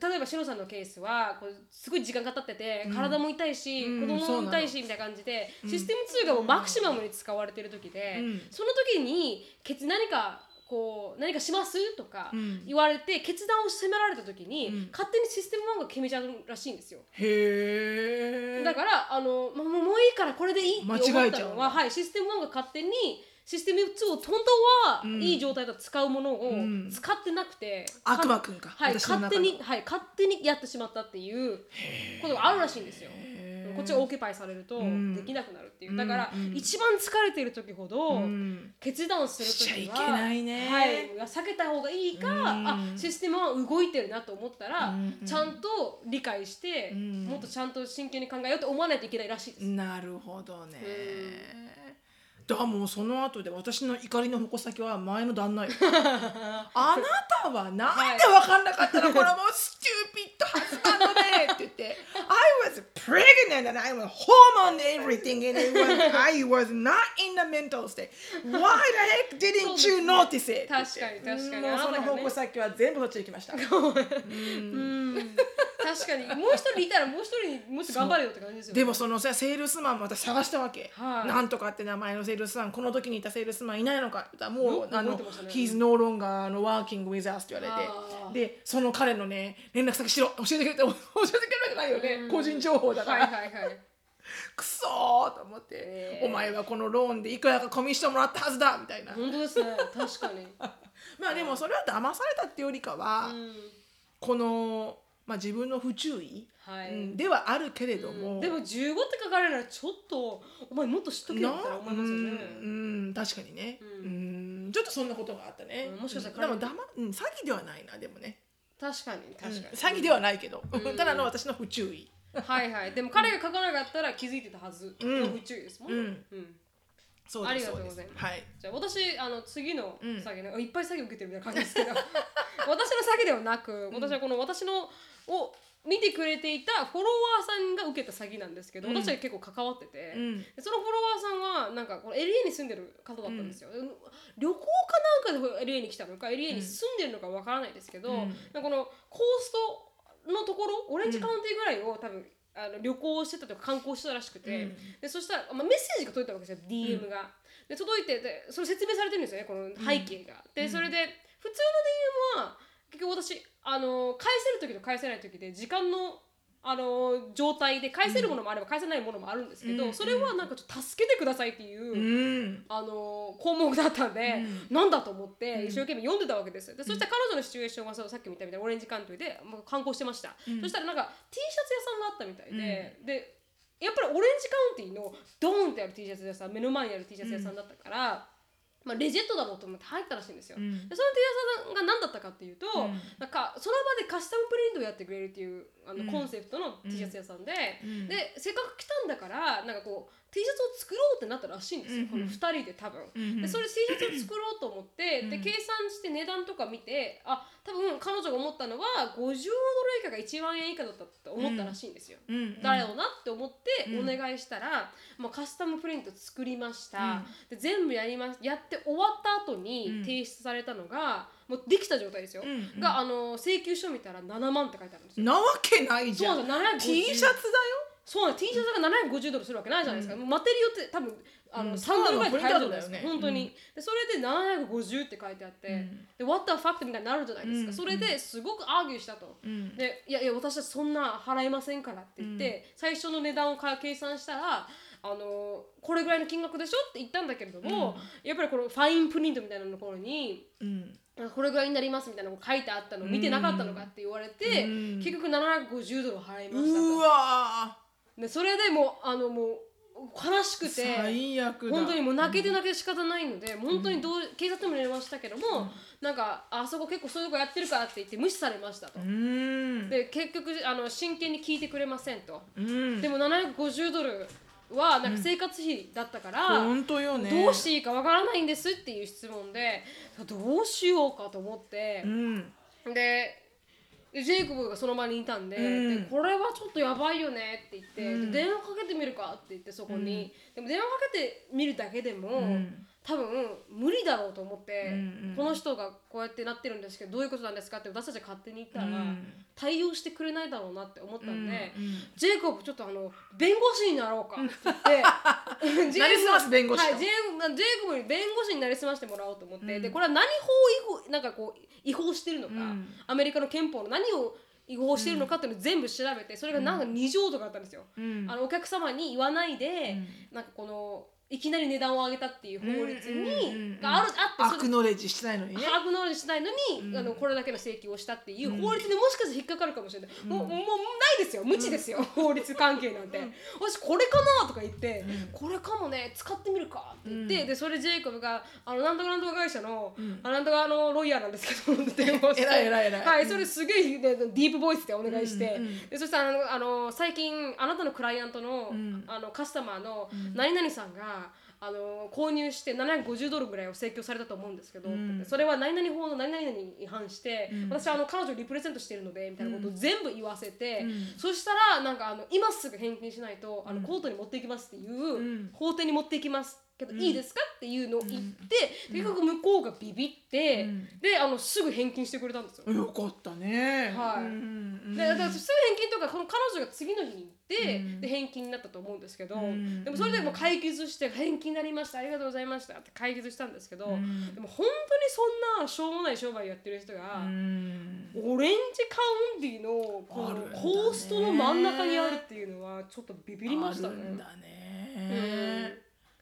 Speaker 1: 例えばしのさんのケースはこうすごい時間が経ってて
Speaker 2: うん
Speaker 1: 体も痛いし、
Speaker 2: うん
Speaker 1: 子供
Speaker 2: そうな
Speaker 1: も
Speaker 2: の
Speaker 1: 痛いしみたいな感じで、
Speaker 2: うん
Speaker 1: システム2がもうマキシマムに使われてる時で、
Speaker 2: うん
Speaker 1: その時にケツ何かこう何かしますとか
Speaker 2: うん
Speaker 1: 言われて決断を迫られた時に、
Speaker 2: うん
Speaker 1: 勝手にシステム1が決めちゃうらしいんですよ。
Speaker 2: へえ
Speaker 1: だからあの、まあ、もうもういいからこれでいいって思
Speaker 2: 間違
Speaker 1: っ
Speaker 2: え
Speaker 1: た
Speaker 2: ちゃう
Speaker 1: の
Speaker 2: ん
Speaker 1: は、
Speaker 2: だ
Speaker 1: はい、システム1が勝手にシステム2を本当は
Speaker 2: うん
Speaker 1: いい状態だと使うものを
Speaker 2: うん
Speaker 1: 使ってなくて、
Speaker 2: 悪魔くんか
Speaker 1: はい、
Speaker 2: 私の
Speaker 1: 勝
Speaker 2: 中
Speaker 1: 手
Speaker 2: の
Speaker 1: に、はい、勝手にやってしまったっていうことがあるらしいんですよ。
Speaker 2: へー
Speaker 1: こっちがオーケーパイされると
Speaker 2: うん
Speaker 1: できなくなるっていう、
Speaker 2: うん
Speaker 1: だから、
Speaker 2: うん
Speaker 1: 一番疲れてる時ほど、
Speaker 2: うん
Speaker 1: 決断する時は
Speaker 2: しちゃいけないね
Speaker 1: はい、避けた方がいいか、
Speaker 2: うん
Speaker 1: あシステムは動いてるなと思ったら、
Speaker 2: うん
Speaker 1: ちゃんと理解して、
Speaker 2: うん
Speaker 1: もっとちゃんと真剣に考えようって思わないといけないらしいです。
Speaker 2: なるほどね、だからもうその後で私の怒りの矛先は前 の旦那よあなたはなんで分かんなかったの、これもうスチューピッドハスバンドでって言って I was pregnant and I was home on everything and it was, I was not in the mental state why
Speaker 1: そう
Speaker 2: the heck
Speaker 1: で
Speaker 2: didn't
Speaker 1: す
Speaker 2: you
Speaker 1: ね
Speaker 2: notice it
Speaker 1: 確かに確かに
Speaker 2: もうそ
Speaker 1: あなた
Speaker 2: の
Speaker 1: がね
Speaker 2: 矛先は全部そっちに行きました
Speaker 1: うん確かにもう一人いたらもう一人にもっと頑張れよって感じですよね。
Speaker 2: でもそのさセールスマンも私探したわけ、
Speaker 1: はい
Speaker 2: なんとかって名前のセールスマンこの時にいたセールスマンいないのかって言ったらも
Speaker 1: よ
Speaker 2: う
Speaker 1: く
Speaker 2: あ
Speaker 1: 覚え
Speaker 2: の
Speaker 1: てましたね
Speaker 2: He's no longer あの working with us って言われて
Speaker 1: あー
Speaker 2: でその彼のね連絡先しろ教えてくれって教えてくれるわけないよね、
Speaker 1: うん
Speaker 2: 個人情報だか
Speaker 1: はい
Speaker 2: ら、
Speaker 1: はいはい。
Speaker 2: くそーと思って、
Speaker 1: えー
Speaker 2: お前はこのローンでいくらかコミッションもらったはずだみたいな、
Speaker 1: 本当ですね。確かに。
Speaker 2: まあでもそれは騙されたってよりかは、
Speaker 1: うん
Speaker 2: この、まあ、自分の不注意、
Speaker 1: はい
Speaker 2: うんではあるけれども、
Speaker 1: でも15って書かれるらちょっとお前もっと知っとけよって思いますよね。
Speaker 2: うんうん確かにね、うんちょっとそんなことがあったね、
Speaker 1: うんもしかした
Speaker 2: で
Speaker 1: ら
Speaker 2: もだま、うん、詐欺ではないなでもね
Speaker 1: 確かに確かに。
Speaker 2: 詐欺ではないけど、 ただの私の不注意
Speaker 1: はいはい。でも彼が書かなかったら気づいてたはず。
Speaker 2: うん
Speaker 1: の不注意ですもんね。
Speaker 2: うん
Speaker 1: うん
Speaker 2: そうです
Speaker 1: ありがとうございます
Speaker 2: そうではい
Speaker 1: じゃあ私あの次の
Speaker 2: うん
Speaker 1: 詐欺の、 いっぱい詐欺受けてるみたいな感じですけど私の詐欺ではなく私はこの私のを見てくれていたフォロワーさんが受けた詐欺なんですけど、
Speaker 2: うん
Speaker 1: 私は結構関わってて、
Speaker 2: うん
Speaker 1: でそのフォロワーさんはなんかこの LA に住んでる方だったんですよ、うん旅行かなんかで LA に来たのか LA に住んでるのかわからないですけど、
Speaker 2: うん
Speaker 1: なんかこのコーストのところオレンジカウンティぐらいを多分あの旅行してたとか観光してたらしくて、
Speaker 2: うん
Speaker 1: でそしたら、まあ、メッセージが届いたわけですよ DM が、で届いてでそれ説明されてるんですよねこの背景が、
Speaker 2: う
Speaker 1: で
Speaker 2: ん
Speaker 1: それで普通の DM は結局私あの返せる時と返せない時で時間のあの状態で返せるものもあれば返せないものもあるんですけど、
Speaker 2: うん
Speaker 1: それはなんかちょっと助けてくださいっていう、
Speaker 2: うん
Speaker 1: あの項目だったんで、
Speaker 2: う
Speaker 1: なんだと思っ
Speaker 2: う
Speaker 1: て
Speaker 2: ん
Speaker 1: 一生懸命読んでたわけですよでそしたら彼女のシチュエーションはそうさっきも言ったみたいにオレンジカントリーでまあ観光してました、
Speaker 2: うん
Speaker 1: そしたらなんか T シャツ屋さんがあったみたいで、でやっぱりオレンジカウンティーのドーンってある T シャツ屋さん目の前にある T シャツ屋さんだったから、まあ、レジェットだろうと思って入ったらしいんですよ、
Speaker 2: うん
Speaker 1: でその T シャツ屋さんが何だったかっていうと、
Speaker 2: うん
Speaker 1: なんかその場でカスタムプリントをやってくれるっていうあ
Speaker 2: う
Speaker 1: の
Speaker 2: ん
Speaker 1: コンセプトの T シャツ屋さんで、
Speaker 2: うん
Speaker 1: でせっかく来たんだからなんかこう T シャツを作ろうってなったらしいんですよ、
Speaker 2: うん
Speaker 1: この2人で多分。
Speaker 2: うん
Speaker 1: でそれ T シャツを作ろうと思って、
Speaker 2: うん
Speaker 1: で計算して値段とか見てあ多分彼女が思ったのは50ドル以下が1万円以下だったと思ったらしいんですよ。
Speaker 2: うん
Speaker 1: だよなって思って
Speaker 2: う
Speaker 1: お
Speaker 2: ん
Speaker 1: 願いしたら、まあ、カスタムプリント作りました、
Speaker 2: う
Speaker 1: で
Speaker 2: ん
Speaker 1: 全部やりますやって終わった後
Speaker 2: う
Speaker 1: に
Speaker 2: ん
Speaker 1: 提出されたのが、もうできた状態ですよ、
Speaker 2: うん
Speaker 1: があの請求書見たら7万って書いてあるんですよ。
Speaker 2: なわけないじ
Speaker 1: そ
Speaker 2: ゃ
Speaker 1: うんなんですよ
Speaker 2: T シャツだよ
Speaker 1: そうなんです T シャツが750ドルするわけないじゃないですか、もうマテリオって多分あの、
Speaker 2: うん
Speaker 1: 3ドルぐらいで買えるじゃないですか、
Speaker 2: ただのプリントだよね
Speaker 1: 本当に、
Speaker 2: うん
Speaker 1: でそれで750って書いてあって、
Speaker 2: うん
Speaker 1: で「What the fuck」みたいになるじゃないですか、
Speaker 2: うん
Speaker 1: それですごくアーギューしたと。
Speaker 2: うん
Speaker 1: でいやいや私たちそんな払いませんからって言って、最初の値段をか計算したらあのこれぐらいの金額でしょって言ったんだけれども、やっぱりこのファインプリントみたいなところに
Speaker 2: うん
Speaker 1: あこれぐらいになりますみたいなのが書いてあったの見てなかったのかって言われて、
Speaker 2: うん
Speaker 1: 結局750ドル払いました
Speaker 2: う
Speaker 1: と。
Speaker 2: わ
Speaker 1: でそれでもうあのもう悲し
Speaker 2: ー
Speaker 1: くて
Speaker 2: 最悪だ
Speaker 1: 本当にもう泣けて泣けて仕方ないので、本当にどう警察にも連絡したけども、なんかあそこ結構そういうとこやってるからって言って無視されましたと
Speaker 2: う。ん
Speaker 1: で結局あの真剣に聞いてくれませんと。
Speaker 2: うん
Speaker 1: でも750ドルはなんか生活費だったから、
Speaker 2: 本当よね
Speaker 1: どうしていいかわからないんですっていう質問でどうしようかと思って
Speaker 2: う、ん
Speaker 1: ででジェイコブがその場にいたんで,、
Speaker 2: うん
Speaker 1: でこれはちょっとやばいよねって言って、で
Speaker 2: うん
Speaker 1: 電話かけてみるかって言ってそこに、でも電話かけてみるだけでも、
Speaker 2: うん
Speaker 1: 多分無理だろうと思って、
Speaker 2: うんうん
Speaker 1: この人がこうやってなってるんですけどどういうことなんですかって私たちが勝手に言ったら、
Speaker 2: うん
Speaker 1: 対応してくれないだろうなって思ったんで。
Speaker 2: うん
Speaker 1: ジェイコブちょっとあの弁護士になろうかって 言ってジェイコブ
Speaker 2: なりすます弁護士と
Speaker 1: はい、ジェイコブジェイコブに弁護士になりすましてもらおうと思って、
Speaker 2: うん
Speaker 1: でこれは何法違法なんかこう違法してるのか、
Speaker 2: うん
Speaker 1: アメリカの憲法の何を違法してるのかっていうのを全部調べてそれがなんか2条とかあったんですよ、
Speaker 2: うん
Speaker 1: あのお客様に言わないで、なんかこのいきなり値段を上げたっていう法律に、
Speaker 2: うんうんうんうん
Speaker 1: があるあってそ
Speaker 2: アク
Speaker 1: れ
Speaker 2: ノレッジしてないのにね
Speaker 1: 把握能力しないのに、
Speaker 2: うん
Speaker 1: あのこれだけの請求をしたっていう
Speaker 2: うん
Speaker 1: 法律にもしかして引っかかるかもしれない、もうもうもうないですよ無知ですよ、法律関係なんて、私これかなとか言って、
Speaker 2: うん
Speaker 1: これかもね使ってみるかって言って、
Speaker 2: うん
Speaker 1: でそれジェイコブが「あのなんとかなんとか会社の、
Speaker 2: うん
Speaker 1: あなんとかあのロイヤーなんですけど」って電話して。
Speaker 2: 偉い偉い偉い
Speaker 1: はい、それすげえ、ねディープボイスでお願いして、
Speaker 2: うんうん
Speaker 1: でそしたらあのあの最近あなたのクライアントの,、
Speaker 2: うん
Speaker 1: あのカスタマーの
Speaker 2: うん
Speaker 1: 何々さんが、あの購入して750ドルぐらいを請求されたと思うんですけど、
Speaker 2: うん
Speaker 1: それは何々法の何々に違反して、
Speaker 2: うん
Speaker 1: 私はあの彼女をリプレゼントしているのでみたいなことを全部言わせて、
Speaker 2: うん
Speaker 1: そしたらなんかあの今すぐ返金しないとあの
Speaker 2: うん
Speaker 1: コートに持っていきますっていう、
Speaker 2: ん
Speaker 1: 法廷に持っていきますけど、
Speaker 2: うん
Speaker 1: いいですかっていうのを言って、
Speaker 2: うん
Speaker 1: 結局向こうがビビって、
Speaker 2: うん
Speaker 1: であのすぐ返金してくれたんですよ。
Speaker 2: よかったね
Speaker 1: はい
Speaker 2: い
Speaker 1: でだから普通返金とかこの彼女が次の日に行って、
Speaker 2: うん
Speaker 1: で返金になったと思うんですけど、
Speaker 2: うん
Speaker 1: でもそれでもう解決して返金になりましたありがとうございましたって解決したんですけど、
Speaker 2: うん
Speaker 1: でも本当にそんなしょうもない商売やってる人が、
Speaker 2: うん
Speaker 1: オレンジカウンティのこ
Speaker 2: あ
Speaker 1: の
Speaker 2: るんだね
Speaker 1: コーストの真ん中にあるっていうのはちょっとビビりましたね
Speaker 2: あ。るんだね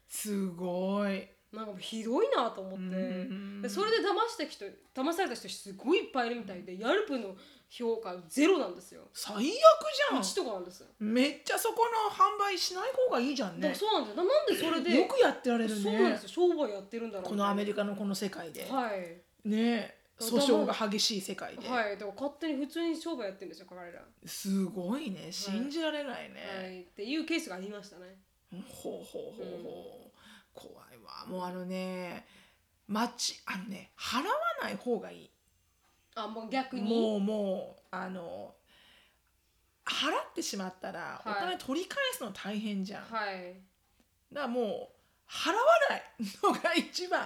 Speaker 2: すごい
Speaker 1: なんかもうひどいなと思って、
Speaker 2: うん
Speaker 1: でそれで騙した人騙された人すごいいっぱいいるみたいでヤルプの評価ゼロなんですよ
Speaker 2: 最悪じゃん
Speaker 1: 1とかなんですよ、
Speaker 2: めっちゃそこの販売しない方がいいじゃん
Speaker 1: だか
Speaker 2: ね
Speaker 1: らそうなんですよななんでそれで
Speaker 2: よくやってられるね
Speaker 1: そうなんですよ商売やってるんだろう
Speaker 2: このアメリ
Speaker 1: カ
Speaker 2: カのこの世界で、
Speaker 1: はい
Speaker 2: ね訴訟が激しい世界で、
Speaker 1: はいだから勝手に普通に商売やってるんですよ彼ら、は
Speaker 2: すごいね信じられない
Speaker 1: い、
Speaker 2: ね、
Speaker 1: っていうケースがありましたね
Speaker 2: ほうほうほうほう、怖いわもうあのね町あのね払わない方がいい
Speaker 1: あもう逆に
Speaker 2: もうもうあの払ってしまったら、
Speaker 1: はい
Speaker 2: お金取り返すの大変じゃん、
Speaker 1: はい
Speaker 2: だからもう払わないのが一番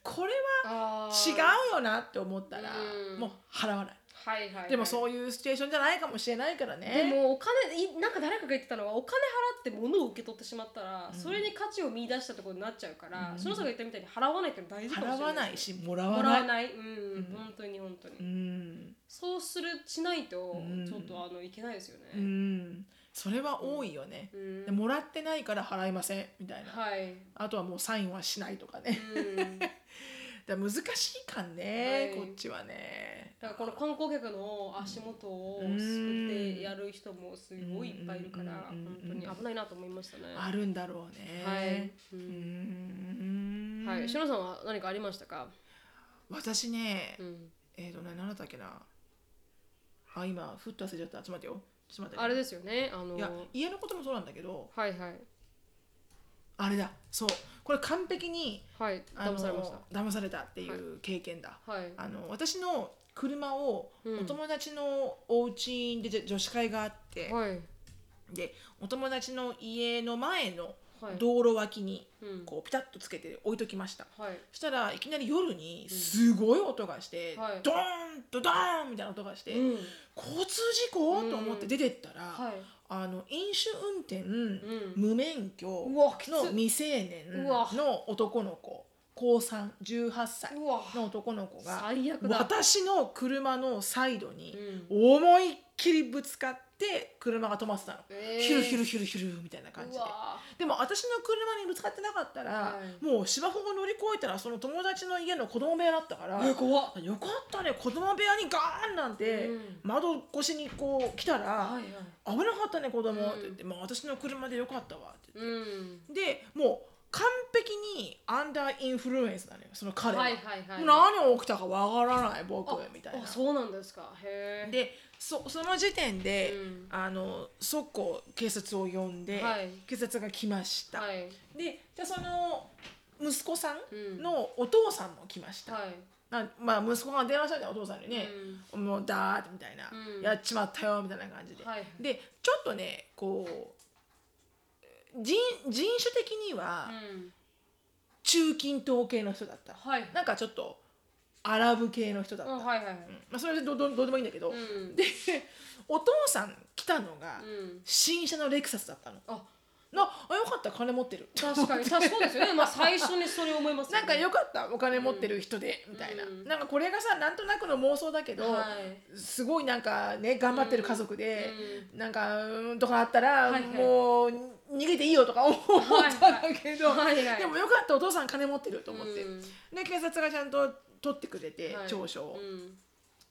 Speaker 2: これ
Speaker 1: あ
Speaker 2: は
Speaker 1: ー
Speaker 2: 違うよなって思ったら
Speaker 1: うん
Speaker 2: もう払わない、
Speaker 1: はいはいはい
Speaker 2: でも
Speaker 1: う
Speaker 2: そういうシチュエーションじゃないかもしれないから
Speaker 1: で
Speaker 2: ね
Speaker 1: もお金いなんか誰かが言ってたのはお金払って物を受け取ってしまったら、
Speaker 2: うん
Speaker 1: それに価値を見出したところになっちゃうから、
Speaker 2: うん
Speaker 1: その人が言ったみたいに払わないってのは大事かもしれない
Speaker 2: 払わないしもら
Speaker 1: もら
Speaker 2: わない
Speaker 1: わないうん、
Speaker 2: うん
Speaker 1: 本当に本当に、
Speaker 2: うん、
Speaker 1: そうするしないと
Speaker 2: うん
Speaker 1: ちょっとあのいけないですよね、
Speaker 2: うん、それは多いよね、
Speaker 1: うん
Speaker 2: でもらってないから払いませんみたいな、
Speaker 1: はい、
Speaker 2: あとはもうサインはしないとか
Speaker 1: う
Speaker 2: ね
Speaker 1: ん、だ
Speaker 2: だから難しいかんね、
Speaker 1: はい
Speaker 2: こっちはね
Speaker 1: からこの観光客の足元をすくってやる人もすごいいっぱいいるから
Speaker 2: うん
Speaker 1: 本当に危ないなと思いましたね。
Speaker 2: あるんだろうね
Speaker 1: はい、う
Speaker 2: うんん、
Speaker 1: はい、しのさんは何かありましたか？
Speaker 2: 私ね、
Speaker 1: うん、
Speaker 2: えっ、とね何だったっけなあ今ふっと忘れちゃったちょっと待ってよちょっと待ってね、
Speaker 1: あれですよね、あの
Speaker 2: いや家のこともそうなんだけど
Speaker 1: はいはい
Speaker 2: あれだそうこれ完璧に
Speaker 1: はい
Speaker 2: あの
Speaker 1: 騙されました。
Speaker 2: 騙されたっていう経験だ、
Speaker 1: はい
Speaker 2: あの私の車を
Speaker 1: うん
Speaker 2: お友達のお家でじゃ女子会があって、
Speaker 1: はいはい
Speaker 2: でお友達の家の前の道路脇に
Speaker 1: うん
Speaker 2: こうピタッとつけて置いときました
Speaker 1: はい
Speaker 2: そしたらいきなり夜にすごい音がして、
Speaker 1: はい
Speaker 2: ドーンとドーンみたいな音がして、
Speaker 1: うん
Speaker 2: 交通事故
Speaker 1: うん
Speaker 2: と思って出てったら、
Speaker 1: はい
Speaker 2: あの飲酒運転、
Speaker 1: うん
Speaker 2: 無免許
Speaker 1: うわきつ
Speaker 2: の未成年
Speaker 1: うわ
Speaker 2: の男の子高318歳
Speaker 1: うわ
Speaker 2: の男の子が
Speaker 1: 最悪だ。
Speaker 2: 私の車のサイド
Speaker 1: う
Speaker 2: に
Speaker 1: ん
Speaker 2: 思いっきりぶつかって車が止まってたの、
Speaker 1: えー
Speaker 2: ヒュルヒュルヒュルヒュルみたいな感じで
Speaker 1: うわ
Speaker 2: でも私の車にぶつかってなかったら、
Speaker 1: はい
Speaker 2: もう芝生を乗り越えたらその友達の家の子供部屋だったから
Speaker 1: え
Speaker 2: よ
Speaker 1: 怖っ。
Speaker 2: かったね子供部屋にガーンなんて、
Speaker 1: うん
Speaker 2: 窓越しにこう来たら、
Speaker 1: はいはい。
Speaker 2: 危なかったね子供
Speaker 1: うん
Speaker 2: って言って、まあ、私の車でよかったわって言っ
Speaker 1: うん。
Speaker 2: て、でもう完璧にアンダーインフルエンスなのよその彼は,、
Speaker 1: はいはいはい。
Speaker 2: 何起きたかわからない僕
Speaker 1: あ
Speaker 2: みたい
Speaker 1: あ
Speaker 2: な
Speaker 1: そうなんですか。へえ。
Speaker 2: でそその時点で、
Speaker 1: うん
Speaker 2: あの速攻警察を呼んで、
Speaker 1: はい
Speaker 2: 警察が来ました、
Speaker 1: はい。
Speaker 2: でじゃあその息子さ
Speaker 1: うん
Speaker 2: んのお父さんも来ました、
Speaker 1: はい。
Speaker 2: なまあ息子が電話したんだよお父さんにね、
Speaker 1: うん
Speaker 2: もうだーってみたいな、
Speaker 1: うん
Speaker 2: やっちまったよみたいな感じで、
Speaker 1: はい
Speaker 2: でちょっとねこう人人種的には
Speaker 1: うん。
Speaker 2: 中近東系の人だった、
Speaker 1: はい。
Speaker 2: なんかちょっとアラブ系の人だっ
Speaker 1: う
Speaker 2: た、
Speaker 1: ん
Speaker 2: うん
Speaker 1: はいはいはい。
Speaker 2: まあ、それでどどどうでもいいんだけど、
Speaker 1: うん。
Speaker 2: でお父さん来たのが
Speaker 1: うん。
Speaker 2: 新車のレクサスだったの。
Speaker 1: あ
Speaker 2: なあよかった金持ってる
Speaker 1: 確かに確かそうです よね。まあ最初にそれ思いますね。
Speaker 2: なんかよかったお金持ってる人で、みたいな、
Speaker 1: うん
Speaker 2: なんかこれがさなんとなくの妄想だけど、
Speaker 1: はい。
Speaker 2: すごいなんかね頑張ってる家族で、
Speaker 1: う
Speaker 2: なんかうーんとかあったら、
Speaker 1: はいはい
Speaker 2: もう逃げていいよとか思ったんだけど、
Speaker 1: はいはい。
Speaker 2: でもよかったお父さん金持ってると思って、
Speaker 1: うん
Speaker 2: で警察がちゃんと取ってくれて、
Speaker 1: はい
Speaker 2: 調書を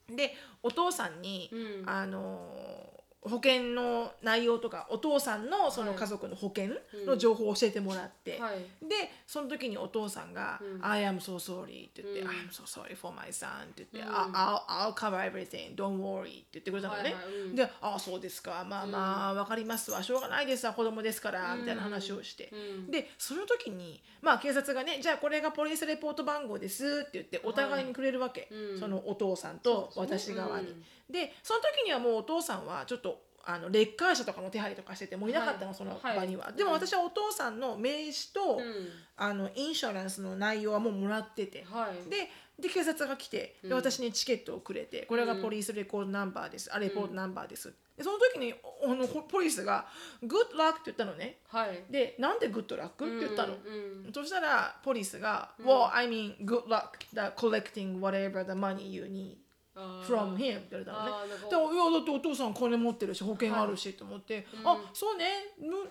Speaker 1: う、ん
Speaker 2: でお父さんに、
Speaker 1: うん
Speaker 2: あのー保険の内容とかお父さんのその
Speaker 1: はい
Speaker 2: 家族の保険の情報を教えてもらって、
Speaker 1: はい。
Speaker 2: でその時にお父さんが
Speaker 1: う
Speaker 2: 「
Speaker 1: ん
Speaker 2: I am so sorry」って言って「
Speaker 1: うん
Speaker 2: I'm so sorry for my son」って言って「
Speaker 1: うん
Speaker 2: I'll, I'll cover everything don't worry」って言ってくれたのね、
Speaker 1: はいはいうん
Speaker 2: で「ああそうですかまあまあわかりますわしょうがないですわ子供ですから」みたいな話をして、
Speaker 1: うん
Speaker 2: でその時にまあ警察がね「じゃあこれがポリスレポート番号です」って言ってお互いにくれるわけ、
Speaker 1: うん
Speaker 2: そのお父さんと私側に。
Speaker 1: うん
Speaker 2: でその時にはもうお父さんはちょっとあのレッカー車とかの手配とかしててもういなかったの、
Speaker 1: はい
Speaker 2: その
Speaker 1: はい
Speaker 2: 場には、でも私はお父さんの名刺と、
Speaker 1: うん
Speaker 2: あのインシュアランスの内容はもうもらってて、
Speaker 1: はい。
Speaker 2: でで警察が来て
Speaker 1: うん
Speaker 2: で私にチケットをくれて、これがポリスレコードナンバーですあレポートナンバーです、でその時におあのほポリスが「グッドラック」って言ったのね
Speaker 1: はい。
Speaker 2: でなんでグッドラックって言ったの、
Speaker 1: うん
Speaker 2: そしたらポリスが「Well I mean good luck that collecting whatever the money you need
Speaker 1: あー
Speaker 2: from him」って言われたのね
Speaker 1: あーなんか
Speaker 2: でもいやだってお父さん金持ってるし保険あるしと思って「
Speaker 1: うん
Speaker 2: あそうねむ should be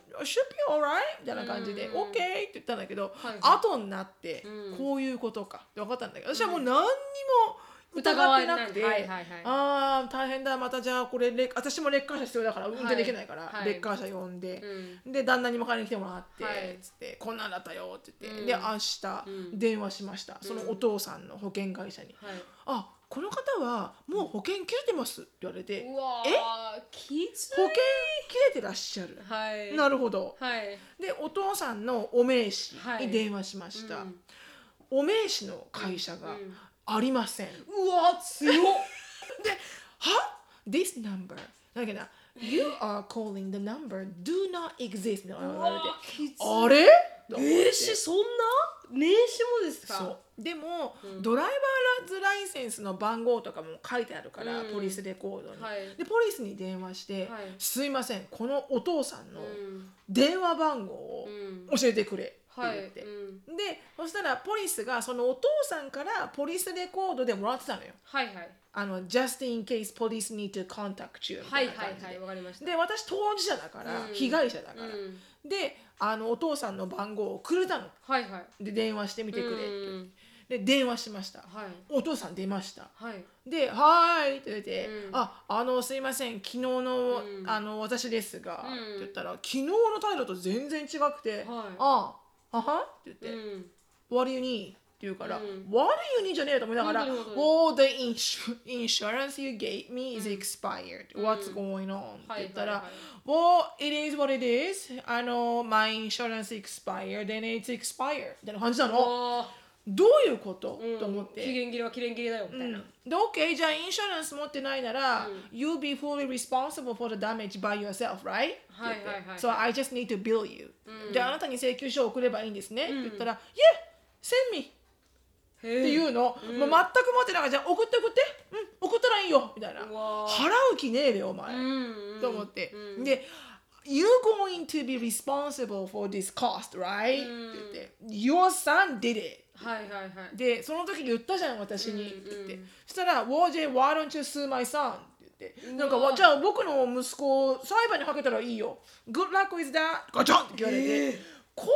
Speaker 2: alright」みたいな感じで「
Speaker 1: うん
Speaker 2: OK」って言ったんだけど、
Speaker 1: はい
Speaker 2: 後になって
Speaker 1: うん
Speaker 2: こういうことかって分かったんだけど私はもう何にも疑
Speaker 1: 疑
Speaker 2: っ
Speaker 1: ってて
Speaker 2: な
Speaker 1: な
Speaker 2: く
Speaker 1: く
Speaker 2: て
Speaker 1: て。はいはいはい。
Speaker 2: あー大変だまたじゃあこれレ私もレッカー車必要だから運転できないから、
Speaker 1: はい
Speaker 2: レッカー車呼んで。
Speaker 1: うん
Speaker 2: で旦那に迎えに来てもらって、
Speaker 1: はい
Speaker 2: つってこんなんだったよって言って、
Speaker 1: うん
Speaker 2: で明日
Speaker 1: うん
Speaker 2: 電話しました、その
Speaker 1: うん
Speaker 2: お父さんの保険会社に
Speaker 1: はい。
Speaker 2: 「あこの方はもう保険切れてます」って言われて
Speaker 1: うわーきつ
Speaker 2: 保険切れてらっしゃる、
Speaker 1: はい。
Speaker 2: なるほど
Speaker 1: はい。
Speaker 2: でお父さんのお名
Speaker 1: は
Speaker 2: 刺
Speaker 1: い
Speaker 2: に電話しまし
Speaker 1: う
Speaker 2: た、
Speaker 1: ん
Speaker 2: お名刺の会社が
Speaker 1: うん
Speaker 2: ありません、
Speaker 1: うわ強っ。
Speaker 2: は This number なんだっけな You are calling the number do not exist みたいなの
Speaker 1: う
Speaker 2: 言われ
Speaker 1: わ
Speaker 2: て
Speaker 1: きつ
Speaker 2: あれと思って
Speaker 1: 名刺そんな名刺もですか
Speaker 2: そうでも、
Speaker 1: うん
Speaker 2: ドライバーズライセンスの番号とかも書いてあるから、
Speaker 1: うん
Speaker 2: ポリスレコードに、
Speaker 1: はい
Speaker 2: でポリスに電話して、
Speaker 1: はい
Speaker 2: すいませんこのお父さんの
Speaker 1: うん
Speaker 2: 電話番号を
Speaker 1: うん
Speaker 2: 教えてくれ」って言
Speaker 1: は
Speaker 2: っ
Speaker 1: い
Speaker 2: て、
Speaker 1: うん
Speaker 2: でそしたらポリスがそのお父さんからポリスレコードでもらってたのよ
Speaker 1: はいはい
Speaker 2: あの「just in case police need to contact you」み
Speaker 1: は
Speaker 2: たい
Speaker 1: い
Speaker 2: な
Speaker 1: は
Speaker 2: 感
Speaker 1: い
Speaker 2: じで、
Speaker 1: はいわかりました
Speaker 2: で私当事者だから、
Speaker 1: うん
Speaker 2: 被害者だか
Speaker 1: う
Speaker 2: ら、
Speaker 1: ん
Speaker 2: であのお父さんの番号をくれたの
Speaker 1: はいはい
Speaker 2: で電話してみてくれって、
Speaker 1: うん
Speaker 2: で電話しました
Speaker 1: はい
Speaker 2: お父さん出ました
Speaker 1: はい
Speaker 2: で「はーい」って言って
Speaker 1: う
Speaker 2: 「
Speaker 1: ん
Speaker 2: ああのすいません昨日の,、
Speaker 1: うん
Speaker 2: あの私ですが」
Speaker 1: うん
Speaker 2: って言ったら昨日の態度と全然違く
Speaker 1: は
Speaker 2: て「
Speaker 1: い
Speaker 2: あああは?」って言って「
Speaker 1: うん
Speaker 2: What do you need?」って言うから
Speaker 1: う
Speaker 2: 「
Speaker 1: ん
Speaker 2: What do you need?」じゃねえと思いながら
Speaker 1: 本当
Speaker 2: 「
Speaker 1: に
Speaker 2: All the insu- insurance you gave me is expired、
Speaker 1: うん
Speaker 2: What's going on?」って
Speaker 1: はい
Speaker 2: 言ったら
Speaker 1: は
Speaker 2: 「
Speaker 1: いはい
Speaker 2: Well, it is what it is. あの、my insurance expired and it's expired. みたいな感じなの。
Speaker 1: あ
Speaker 2: どういうこと、
Speaker 1: ーうん
Speaker 2: と思って。
Speaker 1: 期限切れは期限切れだよみたいな
Speaker 2: で、OK、じゃあ、インシュランス持ってないなら、
Speaker 1: うん
Speaker 2: You'll be fully responsible for the damage by yourself, right?
Speaker 1: はいはいはい
Speaker 2: って言って So I just need to bill you.、
Speaker 1: うん
Speaker 2: で、あなたに請求書を送ればいいんですね。って言ったら、Yeah! Send me!
Speaker 1: って
Speaker 2: っていううの。もう全く待ってなかったじゃあ、送って送って。うん、送ったらいいよ。みたいな。
Speaker 1: うわー
Speaker 2: 払う気ねえべ、お前。
Speaker 1: ん
Speaker 2: と思って、
Speaker 1: うん
Speaker 2: で「You're going to be responsible for this cost, right?、
Speaker 1: うん
Speaker 2: って言って「Your son did it」
Speaker 1: はいはいはい
Speaker 2: でその時言ったじゃん私に、
Speaker 1: うん
Speaker 2: って言っ
Speaker 1: う
Speaker 2: て
Speaker 1: ん
Speaker 2: そしたら「Well, Jay, why don't you sue my son?」って言ってなんか
Speaker 1: うわ
Speaker 2: わじゃあ僕の息子を裁判にかけたらいいよ「Good luck with that」ガチョンって言われて、
Speaker 1: え
Speaker 2: こ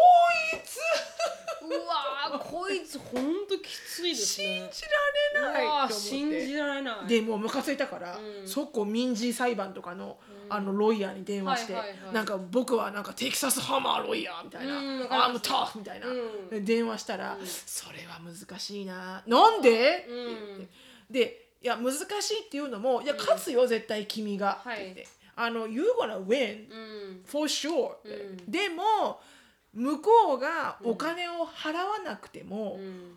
Speaker 2: いつ
Speaker 1: うわーこいつほんときついです
Speaker 2: 信
Speaker 1: ね
Speaker 2: じら
Speaker 1: う
Speaker 2: れ
Speaker 1: わ
Speaker 2: ない
Speaker 1: ー
Speaker 2: と思って
Speaker 1: 信じられない
Speaker 2: でもうムカついたから、
Speaker 1: うん
Speaker 2: 即行民事裁判とかの,、あのロイヤーに電話して、
Speaker 1: はいはいはい
Speaker 2: なんか僕はなんかテキサスハンマーロイヤーみたいな
Speaker 1: うんわ
Speaker 2: 「
Speaker 1: かり
Speaker 2: I'm
Speaker 1: ます
Speaker 2: tough」みたいな、
Speaker 1: うん
Speaker 2: で電話したら、それは難しいななんで、
Speaker 1: うん
Speaker 2: って言ってでいや難しいっていうのも「いや勝つよ絶対君が」
Speaker 1: はい
Speaker 2: って言って「あの You're gonna win
Speaker 1: うん
Speaker 2: for sure、
Speaker 1: うん
Speaker 2: でも向こうがお金を払わなくても、
Speaker 1: うん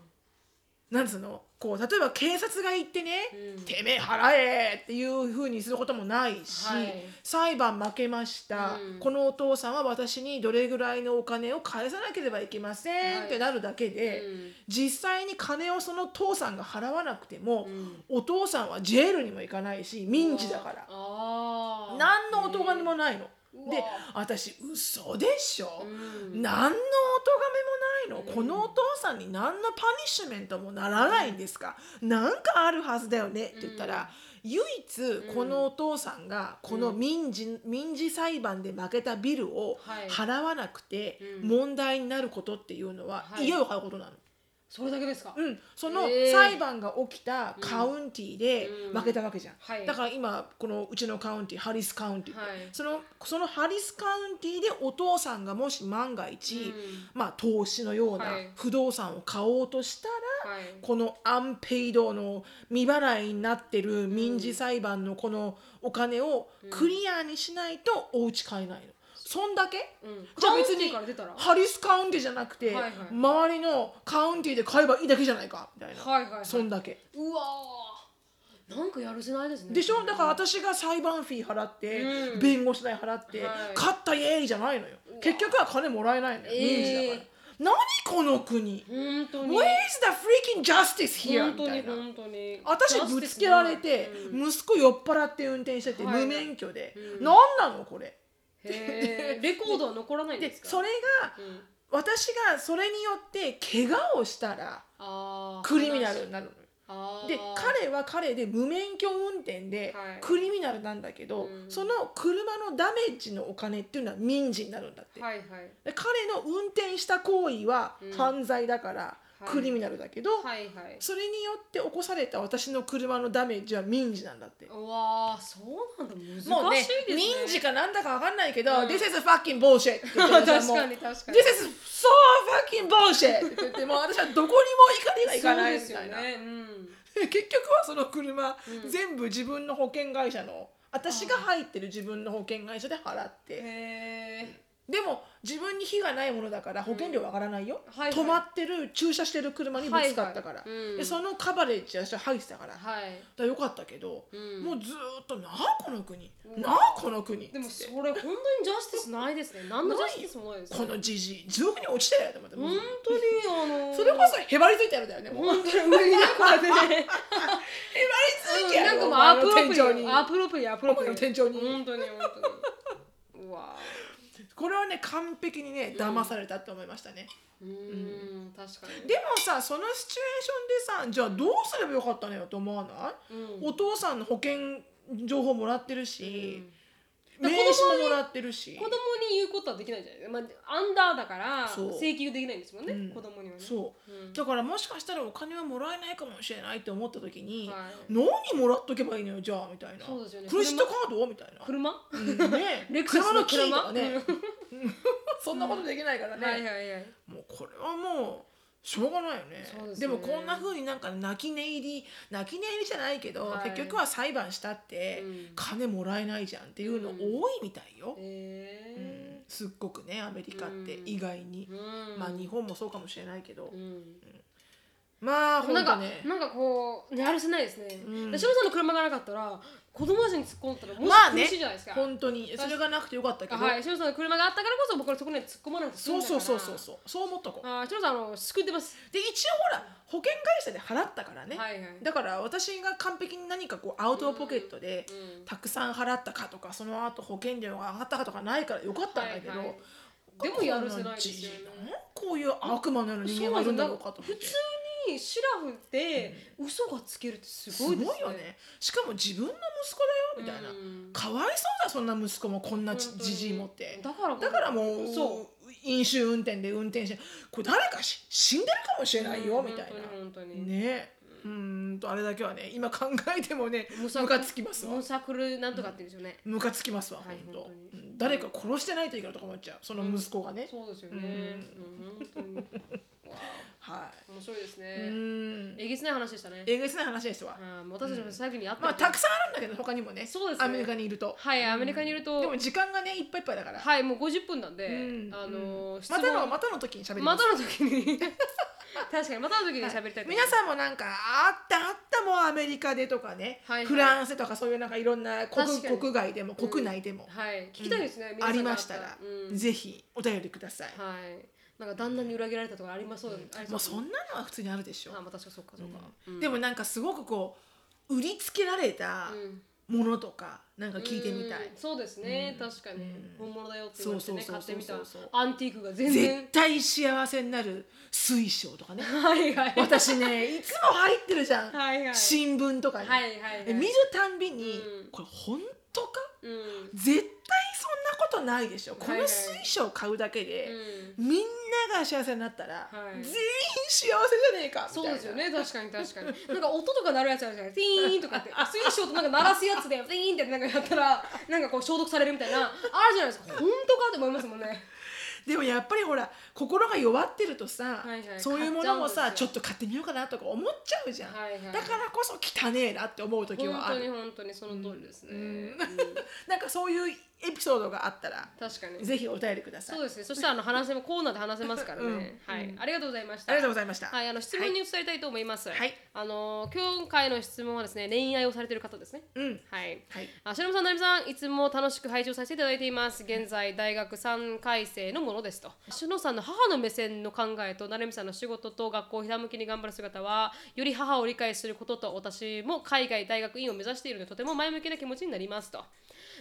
Speaker 2: なんつうのこう例えば警察が行ってね、
Speaker 1: うん
Speaker 2: てめえ払えっていうふうにすることもないし、
Speaker 1: はい
Speaker 2: 裁判負けました、
Speaker 1: うん
Speaker 2: このお父さんは私にどれぐらいのお金を返さなければいけません
Speaker 1: はい
Speaker 2: ってなるだけで、
Speaker 1: うん
Speaker 2: 実際に金をその父さんが払わなくても、
Speaker 1: うん
Speaker 2: お父さんはジェールにも行かないし民事だから
Speaker 1: あー
Speaker 2: 何のお咎めもないの。
Speaker 1: うわ
Speaker 2: で私嘘でしょ、
Speaker 1: うん
Speaker 2: 何のお咎めもないの、
Speaker 1: うん
Speaker 2: このお父さんに何のパニッシュメントもならないんですか、なんかあるはずだよねって言ったら、唯一このお父さんがこの民事,、民事裁判で負けたビルを
Speaker 1: はい
Speaker 2: 払わなくて
Speaker 1: うん
Speaker 2: 問題になることっていうのは
Speaker 1: はい
Speaker 2: 家を買うことなの。
Speaker 1: それだけですか
Speaker 2: うん、その
Speaker 1: えー
Speaker 2: 裁判が起きたカウンティで
Speaker 1: うん
Speaker 2: 負けたわけじゃん、
Speaker 1: はい
Speaker 2: だから今このうちのカウンティハリスカウンティって、
Speaker 1: はい
Speaker 2: そのそのハリスカウンティでお父さんがもし万が一、
Speaker 1: うん
Speaker 2: まあ、投資のような
Speaker 1: はい
Speaker 2: 不動産を買おうとしたら、
Speaker 1: はい
Speaker 2: このアンペイドの未払いになってる民事裁判のこのお金をクリアにしないとお家買えないの。そんだけ、
Speaker 1: うん
Speaker 2: じゃあ別
Speaker 1: カウンティ
Speaker 2: に
Speaker 1: から出たら
Speaker 2: ハリスカウンティじゃなくて、
Speaker 1: はいはい
Speaker 2: 周りのカウンティで買えばいいだけじゃないかみたいな、
Speaker 1: はいはいはい
Speaker 2: そんだけ
Speaker 1: うわーなんかやるせないですね
Speaker 2: でしょだから私が裁判フィー払って、
Speaker 1: うん
Speaker 2: 弁護士代払って、
Speaker 1: はい
Speaker 2: 勝ったイエーイじゃないのよ結局は金もらえないのよ、
Speaker 1: えー
Speaker 2: 民事だから何この国、
Speaker 1: 本当に
Speaker 2: Where is the freaking justice
Speaker 1: 本
Speaker 2: here? み
Speaker 1: 当
Speaker 2: た
Speaker 1: に
Speaker 2: いな。
Speaker 1: 本当に
Speaker 2: 私ぶつけられて、
Speaker 1: うん
Speaker 2: 息子酔っ払って運転してて、
Speaker 1: はい
Speaker 2: 無免許で、
Speaker 1: うん
Speaker 2: 何なのこれ
Speaker 1: へーレコードは残らないんで
Speaker 2: です
Speaker 1: か
Speaker 2: それが
Speaker 1: うん
Speaker 2: 私がそれによって怪我をしたら
Speaker 1: あー
Speaker 2: クリミナルになるのよ
Speaker 1: あー
Speaker 2: で彼は彼で無免許運転で
Speaker 1: はい
Speaker 2: クリミナルなんだけど、
Speaker 1: うん
Speaker 2: その車のダメージのお金っていうのは民事になるんだって、
Speaker 1: はいはい
Speaker 2: で彼の運転した行為は
Speaker 1: うん
Speaker 2: 犯罪だから
Speaker 1: はい
Speaker 2: クリミナルだけど、
Speaker 1: はいはい
Speaker 2: それによって起こされた私の車のダメージは民事なんだって。
Speaker 1: うわーそうなんだ難しいですね
Speaker 2: もうね、民事かなんだかわかんないけど、
Speaker 1: うん
Speaker 2: This is fucking bullshit! って言って
Speaker 1: 確
Speaker 2: 私はもう
Speaker 1: かに確か
Speaker 2: This
Speaker 1: に
Speaker 2: is so fucking bullshit! って言って、もう私はどこにも行かねばいかないみ
Speaker 1: そうですよ
Speaker 2: たいな。
Speaker 1: ねうん
Speaker 2: 結局はその車、
Speaker 1: うん
Speaker 2: 全部自分の保険会社の、私が入ってる自分の保険会社で払って、
Speaker 1: へえ
Speaker 2: でも自分に非がないものだから保険料は上がらないよ、
Speaker 1: はいはい
Speaker 2: 止まってる駐車してる車にぶつかったから、
Speaker 1: はいはいうん
Speaker 2: でそのカバレッジは私は入ってたから、だか
Speaker 1: はい、
Speaker 2: らよかったけど、
Speaker 1: うん
Speaker 2: もうずーっと「なあこの国
Speaker 1: うん
Speaker 2: なあこの国」
Speaker 1: でもそ
Speaker 2: つって
Speaker 1: れ本当にジャスティス ないですね何のジャスティスもないです
Speaker 2: このじじい地獄に落ちてと思って、
Speaker 1: 本当にあのー
Speaker 2: それこそへばりついてやるんだよねもうへばり
Speaker 1: 本当に無理だからね
Speaker 2: つ
Speaker 1: う
Speaker 2: いて
Speaker 1: ん
Speaker 2: や
Speaker 1: な
Speaker 2: る
Speaker 1: んか
Speaker 2: よ、
Speaker 1: もう
Speaker 2: あ
Speaker 1: ア
Speaker 2: の
Speaker 1: プロプ
Speaker 2: 天井
Speaker 1: リ
Speaker 2: に
Speaker 1: アプロプリアプロプ
Speaker 2: お前
Speaker 1: リ
Speaker 2: の天井に
Speaker 1: 本当に本当にうわ
Speaker 2: これはね完璧にね騙されたって思いましたね、
Speaker 1: ーうーん確かに
Speaker 2: でもさそのシチュエーションでさじゃあどうすればよかったのよと思わな
Speaker 1: う
Speaker 2: い、
Speaker 1: ん
Speaker 2: お父さんの保険情報もらってる
Speaker 1: う
Speaker 2: し、
Speaker 1: ん
Speaker 2: 名刺ももらってるし
Speaker 1: 子供に言うことはできないじゃないですか、まあ、アンダーだから
Speaker 2: そう
Speaker 1: 請求できないんですもんね、
Speaker 2: うん
Speaker 1: 子供にはね、、
Speaker 2: そううんだからもしかしたらお金はもらえないかもしれないって思った時に、
Speaker 1: はい
Speaker 2: 何もらっとけばいいのよじゃあみたいな、
Speaker 1: そうですよね
Speaker 2: クレジットカードみたいな、
Speaker 1: 車
Speaker 2: うんね
Speaker 1: レクサス
Speaker 2: 車
Speaker 1: の
Speaker 2: のキーと
Speaker 1: 車
Speaker 2: かねそんな ことできないからね、
Speaker 1: はいはいはい
Speaker 2: もうこれはもうしょうがないよね
Speaker 1: そうですね
Speaker 2: でもこんな風になんか泣き寝入り泣き寝入りじゃないけど、
Speaker 1: はい
Speaker 2: 結局は裁判したって、
Speaker 1: うん
Speaker 2: 金もらえないじゃんっていうの
Speaker 1: うん
Speaker 2: 多いみたいよ、うん
Speaker 1: え
Speaker 2: すっごくねアメリカって
Speaker 1: うん
Speaker 2: 意外に
Speaker 1: ー、うん
Speaker 2: まあ日本もそうかもしれないけど、
Speaker 1: うん
Speaker 2: まあ
Speaker 1: な
Speaker 2: 本
Speaker 1: んか、
Speaker 2: 当ね
Speaker 1: なんかこうやるせないですね。
Speaker 2: うん
Speaker 1: で、しさんの車がなかったら子供たちに突っ込んだらも
Speaker 2: まあ
Speaker 1: し
Speaker 2: ね
Speaker 1: 苦しいじゃないですか。
Speaker 2: 本当にそれがなくてよかったけど、
Speaker 1: はい、しさんの車があったからこそ僕はそこには突っ込まなくて済ん
Speaker 2: そう
Speaker 1: だか
Speaker 2: そう
Speaker 1: ら
Speaker 2: そうそうそうそう思っとこう
Speaker 1: あー、しさんあの救ってます。
Speaker 2: で一応ほら保険会社で払ったからね、
Speaker 1: はいはい。
Speaker 2: だから私が完璧に何かこうアウトポケットで、
Speaker 1: うん
Speaker 2: たくさん払ったかとかその後保険料が上がったかとかないからよかったんだけど、
Speaker 1: はいはいでもやるせないですよね。
Speaker 2: こういう悪魔のような人間がいるんだろうかと思って
Speaker 1: 普通にシラフで嘘がつけるってす
Speaker 2: す
Speaker 1: ご
Speaker 2: ご
Speaker 1: い
Speaker 2: い
Speaker 1: ですね。
Speaker 2: よねしかも自分の息
Speaker 1: う
Speaker 2: 子
Speaker 1: ん。
Speaker 2: だよみたいな、かわいそうだそんな息子もこんな
Speaker 1: 本当
Speaker 2: じ
Speaker 1: に
Speaker 2: じい持って
Speaker 1: だから
Speaker 2: だからもう
Speaker 1: そ
Speaker 2: 飲酒運転で運転してこれ誰かし死んでるかもしれないよ、みたい
Speaker 1: 本
Speaker 2: な
Speaker 1: 当に本当に。
Speaker 2: ねうーんとあれだけはね今考えてもね
Speaker 1: む
Speaker 2: ムカつきますわ
Speaker 1: むさくるなんとかって言うんですよね。
Speaker 2: ムカつきますわ
Speaker 1: はい本
Speaker 2: 本当
Speaker 1: 当
Speaker 2: うん誰か殺してないといいからとか思っちゃうその息子がね、
Speaker 1: そうですよね。うん、本当に。わ
Speaker 2: は
Speaker 1: あ面白いです
Speaker 2: い、
Speaker 1: ね。
Speaker 2: うん
Speaker 1: えげつない話でしたね。
Speaker 2: えげつない話ですわ、
Speaker 1: あーもう私たちも最後にあった、
Speaker 2: まあたくさんあるんだけど他にもね
Speaker 1: そうですね
Speaker 2: アメリカにいると
Speaker 1: はい、アメリカにいると、
Speaker 2: でも時間がねいっぱいいっぱいだから、
Speaker 1: はい、もう50分なんで、
Speaker 2: うん
Speaker 1: あのー、質
Speaker 2: ま
Speaker 1: 問
Speaker 2: たのまたの時に喋り
Speaker 1: ま
Speaker 2: ます、
Speaker 1: たの時に 確かにまたの時に喋りたいと思いま
Speaker 2: 皆
Speaker 1: す
Speaker 2: さんもなんかあったあったもうアメリカでとかね、
Speaker 1: はいはい
Speaker 2: フランスとかそういうなんかいろんな国
Speaker 1: 確かに
Speaker 2: 国外でも国内でも、
Speaker 1: はい、聞きたいですね。皆
Speaker 2: あ
Speaker 1: さん
Speaker 2: り
Speaker 1: が
Speaker 2: ましたら、
Speaker 1: うん、
Speaker 2: ぜひお便りください、
Speaker 1: はい、なんか旦那に裏切られたとかありまそうだ、あり
Speaker 2: もうそん
Speaker 1: な。
Speaker 2: なのは普通にあるでしょ、
Speaker 1: あ、まあ、確かそうかそうか。うん
Speaker 2: でも、なんかすごくこう売りつけられた
Speaker 1: うん
Speaker 2: ものとかなんか聞いてみたい、
Speaker 1: うんそうですね、
Speaker 2: うん
Speaker 1: 確かに、
Speaker 2: うん
Speaker 1: 本物だよって言われてね
Speaker 2: そうそ
Speaker 1: 買
Speaker 2: う
Speaker 1: って
Speaker 2: そう
Speaker 1: みた
Speaker 2: そうそう
Speaker 1: アンティークが全然
Speaker 2: 絶対幸せになる水晶とかね
Speaker 1: はいはい
Speaker 2: 私ねいつも入ってるじゃん、
Speaker 1: はいはい
Speaker 2: 新聞とかに、
Speaker 1: はいはいはい
Speaker 2: 見るたんびに、
Speaker 1: うん
Speaker 2: これ本当か
Speaker 1: うんうん
Speaker 2: 絶対そんなことないでしょこ
Speaker 1: はいは
Speaker 2: の
Speaker 1: い
Speaker 2: 水晶を買うだけで、みんなが幸せになったら、
Speaker 1: はい
Speaker 2: 全員幸せじゃねえかみたい
Speaker 1: そ
Speaker 2: な
Speaker 1: うですよね確かに確かになんか音とか鳴るやつあるじゃないティーンとか って水晶となんか鳴らすやつでティーンってなんかやったらなんかこう消毒されるみたいなあるじゃないですか本当かって思いますもんね
Speaker 2: でもやっぱりほら心が弱ってるとさ、
Speaker 1: はいはい
Speaker 2: そういうものも
Speaker 1: 買
Speaker 2: さ
Speaker 1: っち
Speaker 2: ち
Speaker 1: ゃ
Speaker 2: ょ
Speaker 1: うんですよ
Speaker 2: っと買ってみようかなとか思っちゃうじゃん、
Speaker 1: はいはい
Speaker 2: だからこそ汚ねえなって思う時
Speaker 1: 本
Speaker 2: はあ
Speaker 1: 当に
Speaker 2: る
Speaker 1: 本当にその通りですね、
Speaker 2: うん
Speaker 1: うん
Speaker 2: なんかそういうエピソードがあったら
Speaker 1: 確かに
Speaker 2: ぜひお便りください
Speaker 1: そうですねそしたらあの話せもコーナーで話せますからね、
Speaker 2: うん
Speaker 1: はい、ありがとうございました
Speaker 2: ありがとうございました
Speaker 1: はい、あの質問に移りたいと思います。
Speaker 2: はい
Speaker 1: あの今回の質問はですね、恋愛をされている方ですね。
Speaker 2: うん
Speaker 1: はい。
Speaker 2: はい
Speaker 1: あ、しのぶさん、なみさん、いつも楽しく拝聴させていただいています。現在、大学3回生のものですと。しのさんの母の目線の考えと、なるみさんの仕事と学校をひたむきに頑張る姿は、より母を理解することと、私も海外大学院を目指しているので、とても前向きな気持ちになりますと。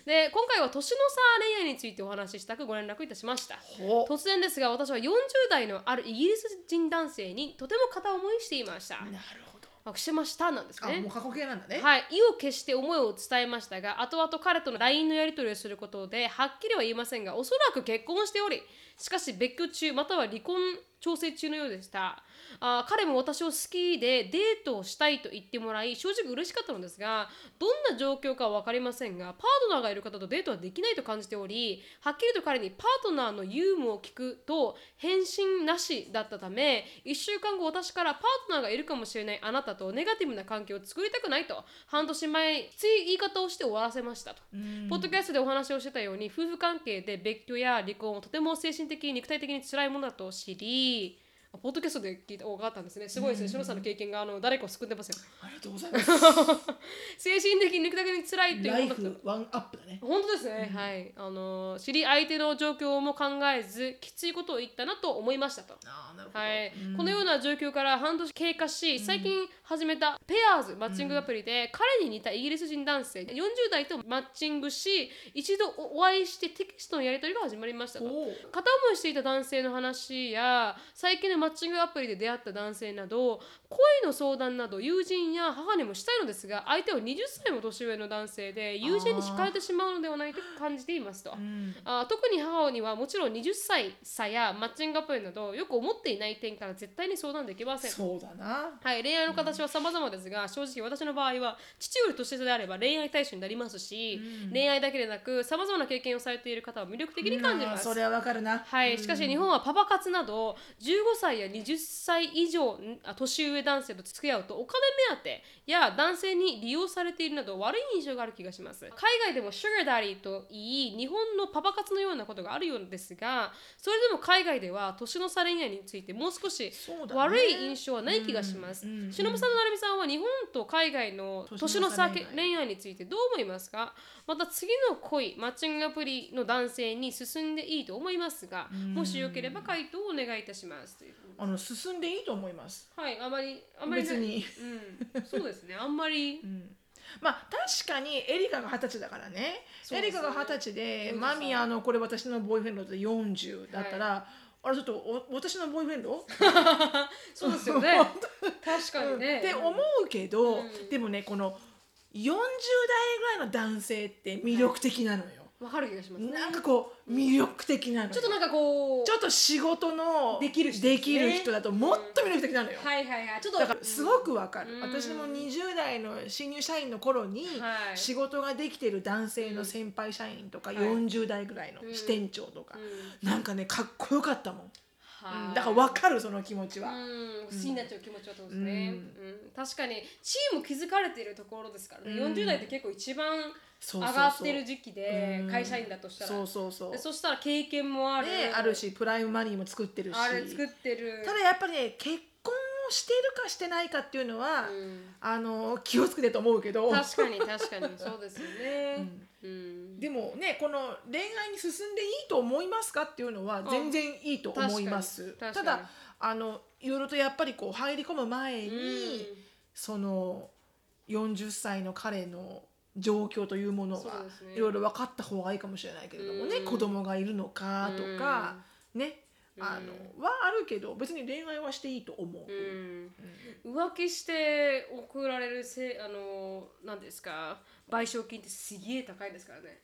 Speaker 1: で、今回は年の差恋愛についてお話ししたくご連絡いたしました。
Speaker 2: ほ
Speaker 1: 突然ですが私は40代のあるイギリス人男性にとても片思いしていました
Speaker 2: うなるほど
Speaker 1: あしてましたなんです
Speaker 2: あも
Speaker 1: ね
Speaker 2: う過去形なんだね
Speaker 1: はい、意を決して思いを伝えましたが後々彼との LINE のやり取りをすることではっきりは言いませんがおそらく結婚しておりしかし別居中または離婚調整中のようでしたあー彼も私を好きでデートをしたいと言ってもらい正直嬉しかったのですがどんな状況かは分かりませんがパートナーがいる方とデートはできないと感じておりはっきりと彼にパートナーのユームを聞くと返信なしだったため1週間後私からパートナーがいるかもしれないあなたとネガティブな関係を作りたくないと半年前つい言い方をして終わらせましたと。
Speaker 2: うん
Speaker 1: ポッドキャストでお話をしてたように夫婦関係で別居や離婚をとても精神的肉体的に辛いものだと知りあポッドキャストで聞いた分かったんですねすごいですね、
Speaker 2: うん
Speaker 1: しのさんの経験があの誰かを救ってますよ
Speaker 2: ありがとうございます。
Speaker 1: 精神的肉体的に辛いという
Speaker 2: ライ
Speaker 1: ものだと
Speaker 2: フワンアップだね。
Speaker 1: 本当ですね、はいあの知り相手の状況も考えずきついことを言ったなと思いましたと
Speaker 2: ああ、なるほど。
Speaker 1: はい
Speaker 2: うん
Speaker 1: このような状況から半年経過し最近始めたペアーズマッチングアプリで彼に似たイギリス人男性40代とマッチングし一度お会いしてテキストのやり取りが始まりましたと
Speaker 2: おう
Speaker 1: 片思いしていた男性の話や最近のマッチングアプリで出会った男性など恋の相談など友人や母にもしたいのですが相手は20歳も年上の男性で友人に惹かれてしまうのではないかと感じていますと。
Speaker 2: うん
Speaker 1: あー特に母にはもちろん20歳差やマッチングアプリなどよく思っていない点から絶対に相談できません。
Speaker 2: そうだな。
Speaker 1: はい、恋愛の形は様々ですが、正直私の場合は父より年下であれば恋愛対象になりますし、恋愛だけでなく様々な経験をされている方は魅力的に感じます。
Speaker 2: あーそれはわかるな。
Speaker 1: はい、しかし日本はパパ活など15歳や20歳以上んあ年上男性と付き合うとお金目当てや男性に利用されているなど悪い印象がある気がします海外でもシュガーダディといい日本のパパ活のようなことがあるようですがそれでも海外では年の差恋愛についてもう少し
Speaker 2: そうだね
Speaker 1: 悪い印象はない気がします。
Speaker 2: うんうん
Speaker 1: しのぶさんとなるみさんは日本と海外の年の差
Speaker 2: 年の差
Speaker 1: 恋愛についてどう思いますかまた次の恋マッチングアプリの男性に進んでいいと思いますが
Speaker 2: うん
Speaker 1: もしよければ回答をお願いいたしますという
Speaker 2: あの進んでいいと思います。
Speaker 1: はいあまりあまり
Speaker 2: 別に。
Speaker 1: うん、そうです ねあんまり
Speaker 2: うんまあ確かにエリカが二十歳だからね
Speaker 1: そう
Speaker 2: エ
Speaker 1: で
Speaker 2: リ
Speaker 1: すね
Speaker 2: カが二十歳で
Speaker 1: そうです
Speaker 2: マミあのこれ私のボーイフレンドで40だったら、あれちょっとお私のボーイフレンド
Speaker 1: そうですよね 確かにね、
Speaker 2: って思うけど、
Speaker 1: うん
Speaker 2: でもねこの40代ぐらいの男性って魅力的なのよ、
Speaker 1: わかる気がしますね
Speaker 2: なんかこう魅力的なのよ
Speaker 1: ちょっとなんかこう
Speaker 2: ちょっと仕事の
Speaker 1: できる人ですね
Speaker 2: できる人だともっと魅力的なのよ、
Speaker 1: はいはいはいちょっと
Speaker 2: だからすごくわかる、
Speaker 1: うん
Speaker 2: 私も20代の新入社員の頃に
Speaker 1: はい
Speaker 2: 仕事ができてる男性の先輩社員とか
Speaker 1: はい
Speaker 2: 40代ぐらいの
Speaker 1: うん
Speaker 2: 支店長とか
Speaker 1: うん、
Speaker 2: なんかねかっこよかったもん、
Speaker 1: はい
Speaker 2: だからわかるその気持ちは、
Speaker 1: うん、好きになっちゃう気持ちはそうです
Speaker 2: う
Speaker 1: ね、
Speaker 2: ん
Speaker 1: うん確かにチーム気づかれているところですからね、
Speaker 2: うん
Speaker 1: 40代って結構一番
Speaker 2: そ
Speaker 1: 上
Speaker 2: うそうそう
Speaker 1: がってる時期で
Speaker 2: うん
Speaker 1: 会社員だとしたら
Speaker 2: そうそうそう
Speaker 1: でそしたら経験もある、
Speaker 2: ね、あるしプライムマニーも作ってるし
Speaker 1: あれ作ってる
Speaker 2: ただやっぱりね結婚をしてるかしてないかっていうのは、
Speaker 1: うん
Speaker 2: あの気をつけてと思うけど
Speaker 1: 確かに確かにそうですよね、うん
Speaker 2: でもねこの恋愛に進んでいいと思いますかっていうのは
Speaker 1: ん
Speaker 2: 全然いいと思います。
Speaker 1: 確かに
Speaker 2: た
Speaker 1: 確かに
Speaker 2: だあのいろいろとやっぱりこう入り込む前に、その40歳の彼の状況というもの
Speaker 1: そ
Speaker 2: が
Speaker 1: うですね
Speaker 2: いろいろ分かった方がいいかもしれないけれどもね、
Speaker 1: うん
Speaker 2: 子供がいるのかとか、ね
Speaker 1: うん
Speaker 2: あのはあるけど別に恋愛はしていいと思う。
Speaker 1: うんうん浮気して送られるせあの何ですか賠償金ってすげえ高いですからね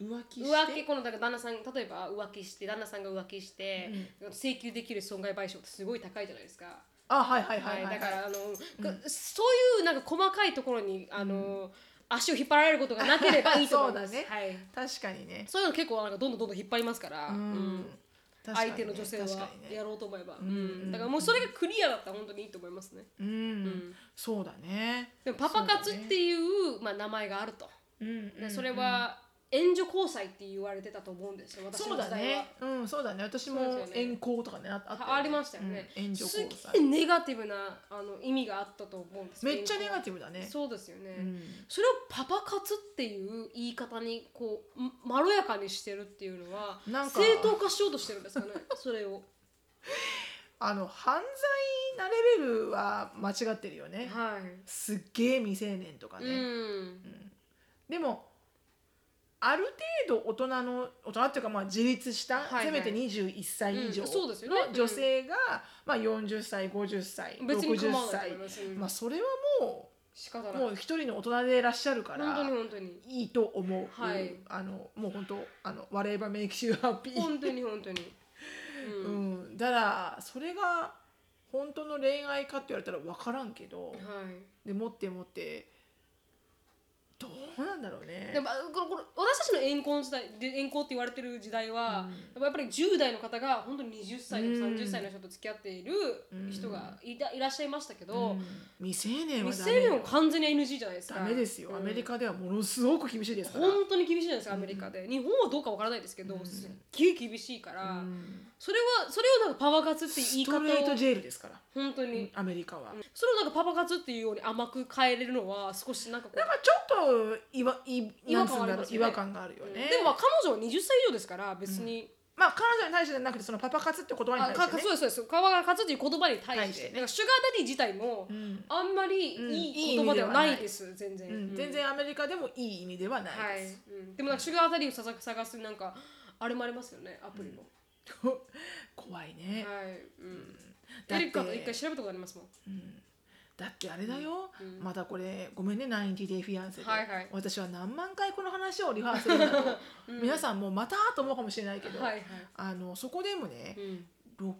Speaker 2: 浮気して
Speaker 1: 浮気このだから旦那さん例えば浮気して旦那さんが浮気して、請求できる損害賠償ってすごい高いじゃないですか。
Speaker 2: あはいはいは
Speaker 1: はいい、
Speaker 2: は
Speaker 1: だ
Speaker 2: い、
Speaker 1: からあの、
Speaker 2: ん
Speaker 1: がそういうなんか細かいところにあの、足を引っ張られることがなければいいと思います。
Speaker 2: そうだね
Speaker 1: はい。
Speaker 2: 確かにね。
Speaker 1: そういうの結構なんかどんどんどんどん引っ張りますから、うん
Speaker 2: 確かにね
Speaker 1: 相手の女性は
Speaker 2: 確かにね
Speaker 1: やろうと思えば、うんんだからもうそれがクリアだったら本当にいいと思いますね。
Speaker 2: うん、そうだね。
Speaker 1: でもパパ活っていうまあ名前があると、
Speaker 2: うん
Speaker 1: でそれは援助交際って言われてたと思うんですよ。私
Speaker 2: そ
Speaker 1: の
Speaker 2: う
Speaker 1: 時
Speaker 2: だ
Speaker 1: 代は
Speaker 2: ね。。うん、そうだね。私も
Speaker 1: そうですよね
Speaker 2: 遠行とかね、ああったよ
Speaker 1: あありましたよね。
Speaker 2: うん援助交
Speaker 1: す
Speaker 2: 際
Speaker 1: げ。えネガティブなあの意味があったと思うんです
Speaker 2: めっちゃネガ
Speaker 1: テ
Speaker 2: ティブだね。
Speaker 1: そうですよね、
Speaker 2: うん
Speaker 1: それをパパ活っていう言い方にこうんまろやかにしてるっていうのは
Speaker 2: なんか
Speaker 1: 正当化しようとしてるん ですかねそれを
Speaker 2: あの犯罪なレベルは間違ってるよね。
Speaker 1: は
Speaker 2: すっげえ未成年とか
Speaker 1: い、
Speaker 2: ね。
Speaker 1: うん
Speaker 2: でもある程度大人の大人っていうかまあ自立し
Speaker 1: は
Speaker 2: た、
Speaker 1: いはい
Speaker 2: せめて21歳以上
Speaker 1: うんそうですよね
Speaker 2: の女性が、まあ、40歳50歳
Speaker 1: 別に
Speaker 2: 60
Speaker 1: 構わない
Speaker 2: 歳
Speaker 1: と思います、うん
Speaker 2: まあ、それはも
Speaker 1: 仕方な
Speaker 2: う
Speaker 1: い
Speaker 2: もう一人の大人でいらっしゃるか
Speaker 1: 本当に
Speaker 2: ら
Speaker 1: 本当に
Speaker 2: いいと思う、
Speaker 1: はい
Speaker 2: あのもう本当あの「whatever makes you happy
Speaker 1: 本当に本当に、
Speaker 2: う
Speaker 1: うん
Speaker 2: ん、だからそれが本当の恋愛かって言われたら分からんけど
Speaker 1: はい
Speaker 2: で持って持ってどうなんだろうね。
Speaker 1: でもあこのこの私たちの遠婚時代で遠婚って言われてる時代は、やっぱり10代の方が本当に20歳とか
Speaker 2: うん
Speaker 1: 30歳の人と付き合っている人がいたいらっしゃいましたけ
Speaker 2: う
Speaker 1: ど、
Speaker 2: ん未成年は
Speaker 1: 未
Speaker 2: ダ
Speaker 1: 成
Speaker 2: メ
Speaker 1: 年
Speaker 2: よ
Speaker 1: は完全に NG じゃないですか
Speaker 2: ダメですよ、
Speaker 1: うん
Speaker 2: アメリカではものすごく厳しいですから。
Speaker 1: 本当に厳しいじゃないですかアメリカで、日本はどうかわからないですけど、
Speaker 2: うん
Speaker 1: すっげえ厳しいから、
Speaker 2: うん
Speaker 1: それはそれをなんかパワー活って言い
Speaker 2: ス
Speaker 1: 方
Speaker 2: トレート
Speaker 1: を
Speaker 2: ジェールですから、
Speaker 1: 本当に、
Speaker 2: アメリカは。
Speaker 1: それをなんかパワー活っていうように甘く変えれるのは少しなんかこう
Speaker 2: なんかちょっと違和い
Speaker 1: 違
Speaker 2: な
Speaker 1: 和
Speaker 2: んつう
Speaker 1: 感あ
Speaker 2: ん
Speaker 1: りま
Speaker 2: だろう
Speaker 1: すよね
Speaker 2: 違和感があるよね。
Speaker 1: でもまあ彼女は20歳以上ですから別に。
Speaker 2: まあ彼女に対してじゃなくてそのパパ活って言葉
Speaker 1: あ
Speaker 2: に対
Speaker 1: か
Speaker 2: して、ね
Speaker 1: そうですそうです川が勝つという言葉に対
Speaker 2: 対
Speaker 1: し
Speaker 2: しててね
Speaker 1: なんかシュガーダディ自体も、
Speaker 2: うん
Speaker 1: あんまり
Speaker 2: うん
Speaker 1: いい言葉ではないです、全然、
Speaker 2: うん
Speaker 1: うん
Speaker 2: 全然アメリカでもいい意味ではない
Speaker 1: はい、
Speaker 2: です。
Speaker 1: うんでもなんかシュガーダディをささ探すなんかあれもありますよねアプリも、
Speaker 2: 怖いね。
Speaker 1: はい、うん、
Speaker 2: だ
Speaker 1: エ
Speaker 2: って
Speaker 1: リカと一回調べたことありますもん
Speaker 2: うんだってあれだよ、
Speaker 1: うん
Speaker 2: またこれごめんね「ナインティデイ・フィアンセで」
Speaker 1: はいはい
Speaker 2: 私は何万回この話をリハーサル だと、皆さんもうまたと思うかもしれないけど、
Speaker 1: はいはい、
Speaker 2: あのそこでもね
Speaker 1: う、ん、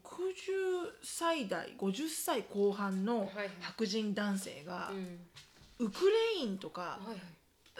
Speaker 2: 60歳代50歳後半の
Speaker 1: はいはい
Speaker 2: 白人男性が
Speaker 1: う、ん
Speaker 2: ウクレインとか、
Speaker 1: はいはい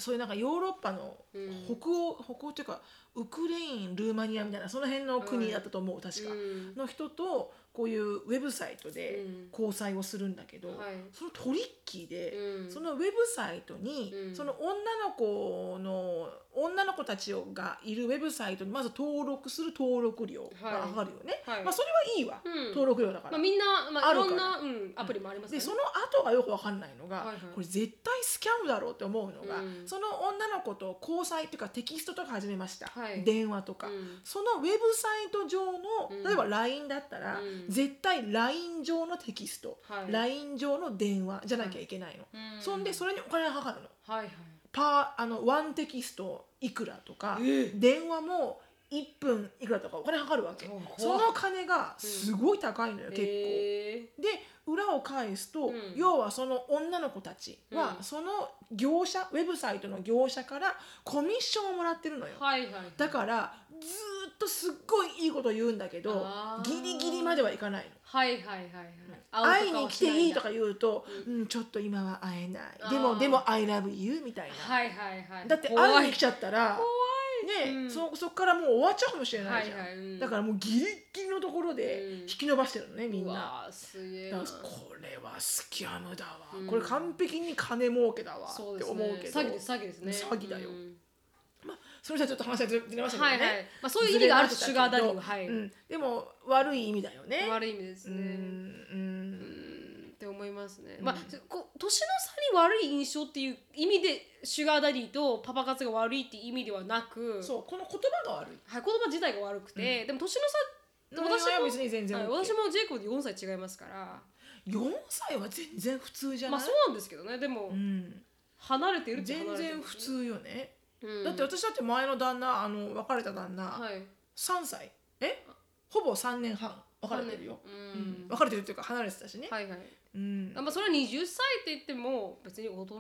Speaker 2: そういうなんかヨーロッパの
Speaker 1: うん
Speaker 2: 北欧、北欧というかウクレインルーマニアみたいなその辺の国だったと思う、確か、
Speaker 1: うん
Speaker 2: の人とこういうウェブサイトで
Speaker 1: うん
Speaker 2: 交際をするんだけど、
Speaker 1: はい
Speaker 2: そのトリッキーで、
Speaker 1: うん
Speaker 2: そのウェブサイトに、
Speaker 1: うん
Speaker 2: その女の子の女の子たちがいるウェブサイトにまず登録する登録料が上がるよね、
Speaker 1: はい
Speaker 2: まあ、それはいいわ、
Speaker 1: うん
Speaker 2: 登録料だから。
Speaker 1: まあみんな、まあ、
Speaker 2: あ
Speaker 1: い
Speaker 2: る
Speaker 1: ろ
Speaker 2: から
Speaker 1: んな、うん、アプリもあります
Speaker 2: で
Speaker 1: よね
Speaker 2: その後がよくわかんないのが、
Speaker 1: はいはい
Speaker 2: これ絶対スキャンだろうって思うのが、
Speaker 1: うん
Speaker 2: その女の子と交際というかテキストとか始めました、
Speaker 1: はい
Speaker 2: 電話とか、
Speaker 1: うん
Speaker 2: そのウェブサイト上
Speaker 1: うん
Speaker 2: の例えば LINE だったら、
Speaker 1: うん
Speaker 2: 絶対 LINE 上のテキスト、
Speaker 1: はい
Speaker 2: LINE 上の電話じゃなきゃいけないの、
Speaker 1: うん
Speaker 2: そんでそれにお金がかかるの
Speaker 1: はいはい
Speaker 2: パーあのワンテキストいくらとか、
Speaker 1: え
Speaker 2: 電話も1分いくらとかお金かかるわけ
Speaker 1: 怖っ
Speaker 2: その金がすごい高いのよ、結構。
Speaker 1: え
Speaker 2: で裏を返すと、
Speaker 1: うん
Speaker 2: 要はその女の子たちは、
Speaker 1: うん
Speaker 2: その業者ウェブサイトの業者からコミッションをもらってるのよ、
Speaker 1: ー、はいはいはい
Speaker 2: だからずーっとすっごいいいこと言うんだけど
Speaker 1: あー
Speaker 2: ギリギリまではいかないの。
Speaker 1: はいはいはいはい
Speaker 2: 会いに来ていいと
Speaker 1: か
Speaker 2: か言うと、うん、ちょっと今は会えない。でも、でも、I love you みたいな。
Speaker 1: はいはいはい
Speaker 2: だって、
Speaker 1: 怖
Speaker 2: 会いに
Speaker 1: い
Speaker 2: 来ちゃったら、ね、
Speaker 1: うん
Speaker 2: そ、そっからもう終わっちゃうかもしれないじゃん。
Speaker 1: はいはいうん
Speaker 2: だからもうギリギリのところ
Speaker 1: うん
Speaker 2: で引き伸ばしてるのね、みん
Speaker 1: う
Speaker 2: な。
Speaker 1: わーすげえ
Speaker 2: だ
Speaker 1: な
Speaker 2: からこれはスキャムだわ、
Speaker 1: うん
Speaker 2: これ完璧に金儲けだわって思
Speaker 1: そうう
Speaker 2: け
Speaker 1: で
Speaker 2: ど
Speaker 1: すね詐欺です詐欺ですね
Speaker 2: 詐欺だよ
Speaker 1: うん
Speaker 2: まあ、それじゃちょっと話がずずれましたけど
Speaker 1: は
Speaker 2: ね、
Speaker 1: いはいまあそういう意味があるとシ
Speaker 2: ず
Speaker 1: ュ
Speaker 2: れま
Speaker 1: ガ
Speaker 2: し
Speaker 1: ー
Speaker 2: た
Speaker 1: ダ
Speaker 2: け
Speaker 1: デ
Speaker 2: ど
Speaker 1: ィははい
Speaker 2: うん、でも悪い意味だよね
Speaker 1: 悪い意味です
Speaker 2: う
Speaker 1: ね
Speaker 2: んう
Speaker 1: うんんって思いますね
Speaker 2: うん
Speaker 1: まあこう年の差に悪い印象っていう意味でシュガーダディとパパ活が悪いっていう意味ではなく
Speaker 2: そうこの言葉が悪い
Speaker 1: はい言葉自体が悪くてでも年の
Speaker 2: 私
Speaker 1: 私も
Speaker 2: は別に全
Speaker 1: 差
Speaker 2: 然、
Speaker 1: はい
Speaker 2: OK
Speaker 1: 私もジェイコブで4歳違いますから
Speaker 2: 4歳は全然普通じゃ
Speaker 1: ま
Speaker 2: な
Speaker 1: あ
Speaker 2: い、
Speaker 1: そうなんですけどねでも
Speaker 2: うん、
Speaker 1: 離れてるって離
Speaker 2: 全
Speaker 1: れてる
Speaker 2: 然普通よね、
Speaker 1: うん
Speaker 2: だって私だって前の旦那あの別れた旦那、
Speaker 1: はい
Speaker 2: 3歳えほぼ3年半別れてるよ、
Speaker 1: う
Speaker 2: うん
Speaker 1: ん
Speaker 2: 別れてるっていうか離れてたしね、
Speaker 1: はいはい
Speaker 2: うん
Speaker 1: あまあそれは20歳って言っても別に大人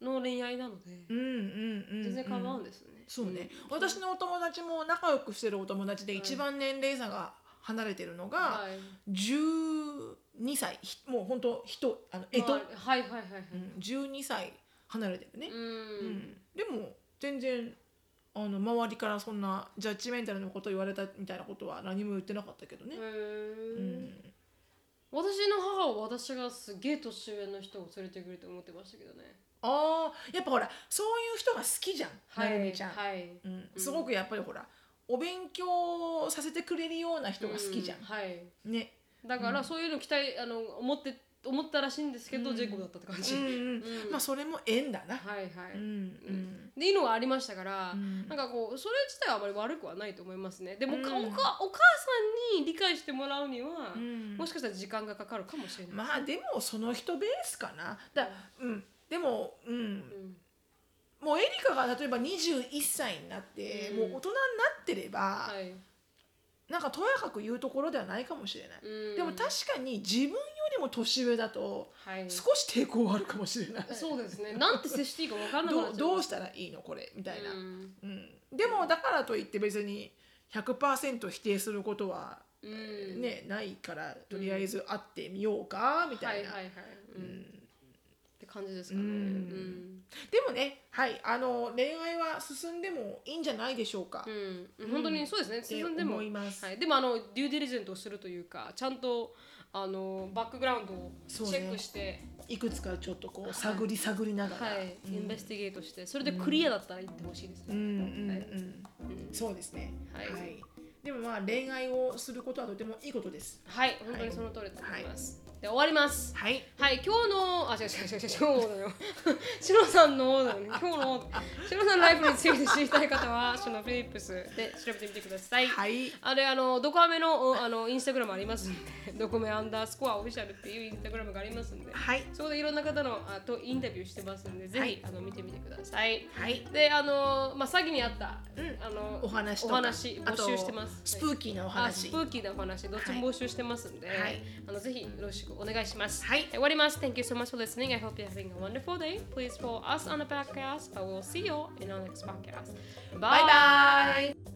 Speaker 1: の恋愛なので
Speaker 2: うんうんうんうん
Speaker 1: 全然構わんですね
Speaker 2: そうね、私のお友達も仲良くしてるお友達で
Speaker 1: はい
Speaker 2: 一番年齢差が離れてるのが
Speaker 1: はい
Speaker 2: 12歳ひもう本当人あのえと、
Speaker 1: まあはいはいはいは
Speaker 2: う
Speaker 1: い
Speaker 2: ん、12歳離れてるね、
Speaker 1: う
Speaker 2: うん
Speaker 1: ん
Speaker 2: でも全然あの周りからそんなジャッジメンタルのこと言われたみたいなことは何も言ってなかったけどね
Speaker 1: へ、
Speaker 2: う
Speaker 1: ー
Speaker 2: ん、
Speaker 1: 私の母は私がすげえ年上の人を連れてくると思ってましたけどね
Speaker 2: あーやっぱほらそういう人が好きじゃん、
Speaker 1: は
Speaker 2: な
Speaker 1: い
Speaker 2: るみちゃん、
Speaker 1: はい
Speaker 2: うん、すごくやっぱりほらお勉強させてくれるような人が好きじゃ
Speaker 1: うはい
Speaker 2: ん、ね
Speaker 1: だからそういうの期待あの思って思ったらしいんですけど
Speaker 2: うん
Speaker 1: ジェイコブだったって感じ
Speaker 2: う
Speaker 1: は
Speaker 2: ん
Speaker 1: い
Speaker 2: うん
Speaker 1: うん
Speaker 2: まあそれも縁だな。
Speaker 1: はい
Speaker 2: うん
Speaker 1: う
Speaker 2: うんん
Speaker 1: でいいのがありましたから、
Speaker 2: うん
Speaker 1: なんかこうそれ自体はあまり悪くはないと思いますねでも、
Speaker 2: うん
Speaker 1: かおかお母さんに理解してもらうには、
Speaker 2: うん
Speaker 1: もしかしたら時間がかかるかもしれない、
Speaker 2: まあでもその人ベースかな。だうんでもう
Speaker 1: うんん
Speaker 2: もうエリカが例えば21歳になって、
Speaker 1: うん
Speaker 2: もう大人になってれば、
Speaker 1: はい
Speaker 2: なんかとやかく言うところではないかもしれない。
Speaker 1: うん
Speaker 2: でも確かに自分よりも年上だと
Speaker 1: はい、
Speaker 2: 少し抵抗はあるかもしれない。
Speaker 1: そうですねなんて接していいか分からなくなっ
Speaker 2: どう
Speaker 1: ちゃ
Speaker 2: どう
Speaker 1: し
Speaker 2: したらいいのこれみた
Speaker 1: た
Speaker 2: いな。
Speaker 1: うん
Speaker 2: うん、でもだからといって別に100%否定することは
Speaker 1: うん
Speaker 2: ね、ないからとりあえず会ってみようかみたいな、
Speaker 1: はいはいはい、う
Speaker 2: うん
Speaker 1: っ
Speaker 2: ん、
Speaker 1: て感じですかね、
Speaker 2: う
Speaker 1: うんん
Speaker 2: でもね、はい、あの恋愛は進んでもいいんじゃないでしょうか。
Speaker 1: う
Speaker 2: っ
Speaker 1: ん本当にそうですね
Speaker 2: て
Speaker 1: 進んでも
Speaker 2: 思います。
Speaker 1: はい、でもあのデューディリジェントをするというかちゃんとあのバックグラウンドをチ
Speaker 2: そうね
Speaker 1: ェックして、
Speaker 2: いくつかちょっとこう探り探りながら、
Speaker 1: はい
Speaker 2: うん
Speaker 1: インベスティゲートしてそれでクリアだったら行ってほしいです
Speaker 2: う
Speaker 1: ね、
Speaker 2: んうんう
Speaker 1: はい
Speaker 2: ん、
Speaker 1: うん
Speaker 2: そうですね。
Speaker 1: はい
Speaker 2: でもまあ恋愛をすることはとてもいいことです。
Speaker 1: はい本当にその通りだと思います、で終わります
Speaker 2: はい。
Speaker 1: はい今日のあ違う違う違う違う今日のよ シロさんの 今日のシロさんのライフについて知りたい方はそのフィリップスで調べてみてください、
Speaker 2: はい。
Speaker 1: あれあのドコアメのおあのインスタグラムありますんでドコメアンダースコアオフィシャルっていうインスタグラムがありますんで
Speaker 2: はい。
Speaker 1: そこでいろんな方のあとインタビューしてますんで、ぜ
Speaker 2: は
Speaker 1: ひ
Speaker 2: い
Speaker 1: あの見てみてください。
Speaker 2: はい。
Speaker 1: で、あのまあ詐欺にあった、
Speaker 2: うん
Speaker 1: あの
Speaker 2: お話と
Speaker 1: お
Speaker 2: か
Speaker 1: 話
Speaker 2: あ
Speaker 1: 募
Speaker 2: と
Speaker 1: 集してます。
Speaker 2: ス
Speaker 1: ー
Speaker 2: プーキーなお
Speaker 1: あス
Speaker 2: 話。
Speaker 1: プーキーなお話、どっちも募集してますんで、
Speaker 2: はい
Speaker 1: あのぜひよろしくお願いします。
Speaker 2: はい
Speaker 1: 終わります。Thank you so much for listening. I hope you're having a wonderful day. Please follow us on the podcast. I will see you in our next podcast.
Speaker 2: バイバイ。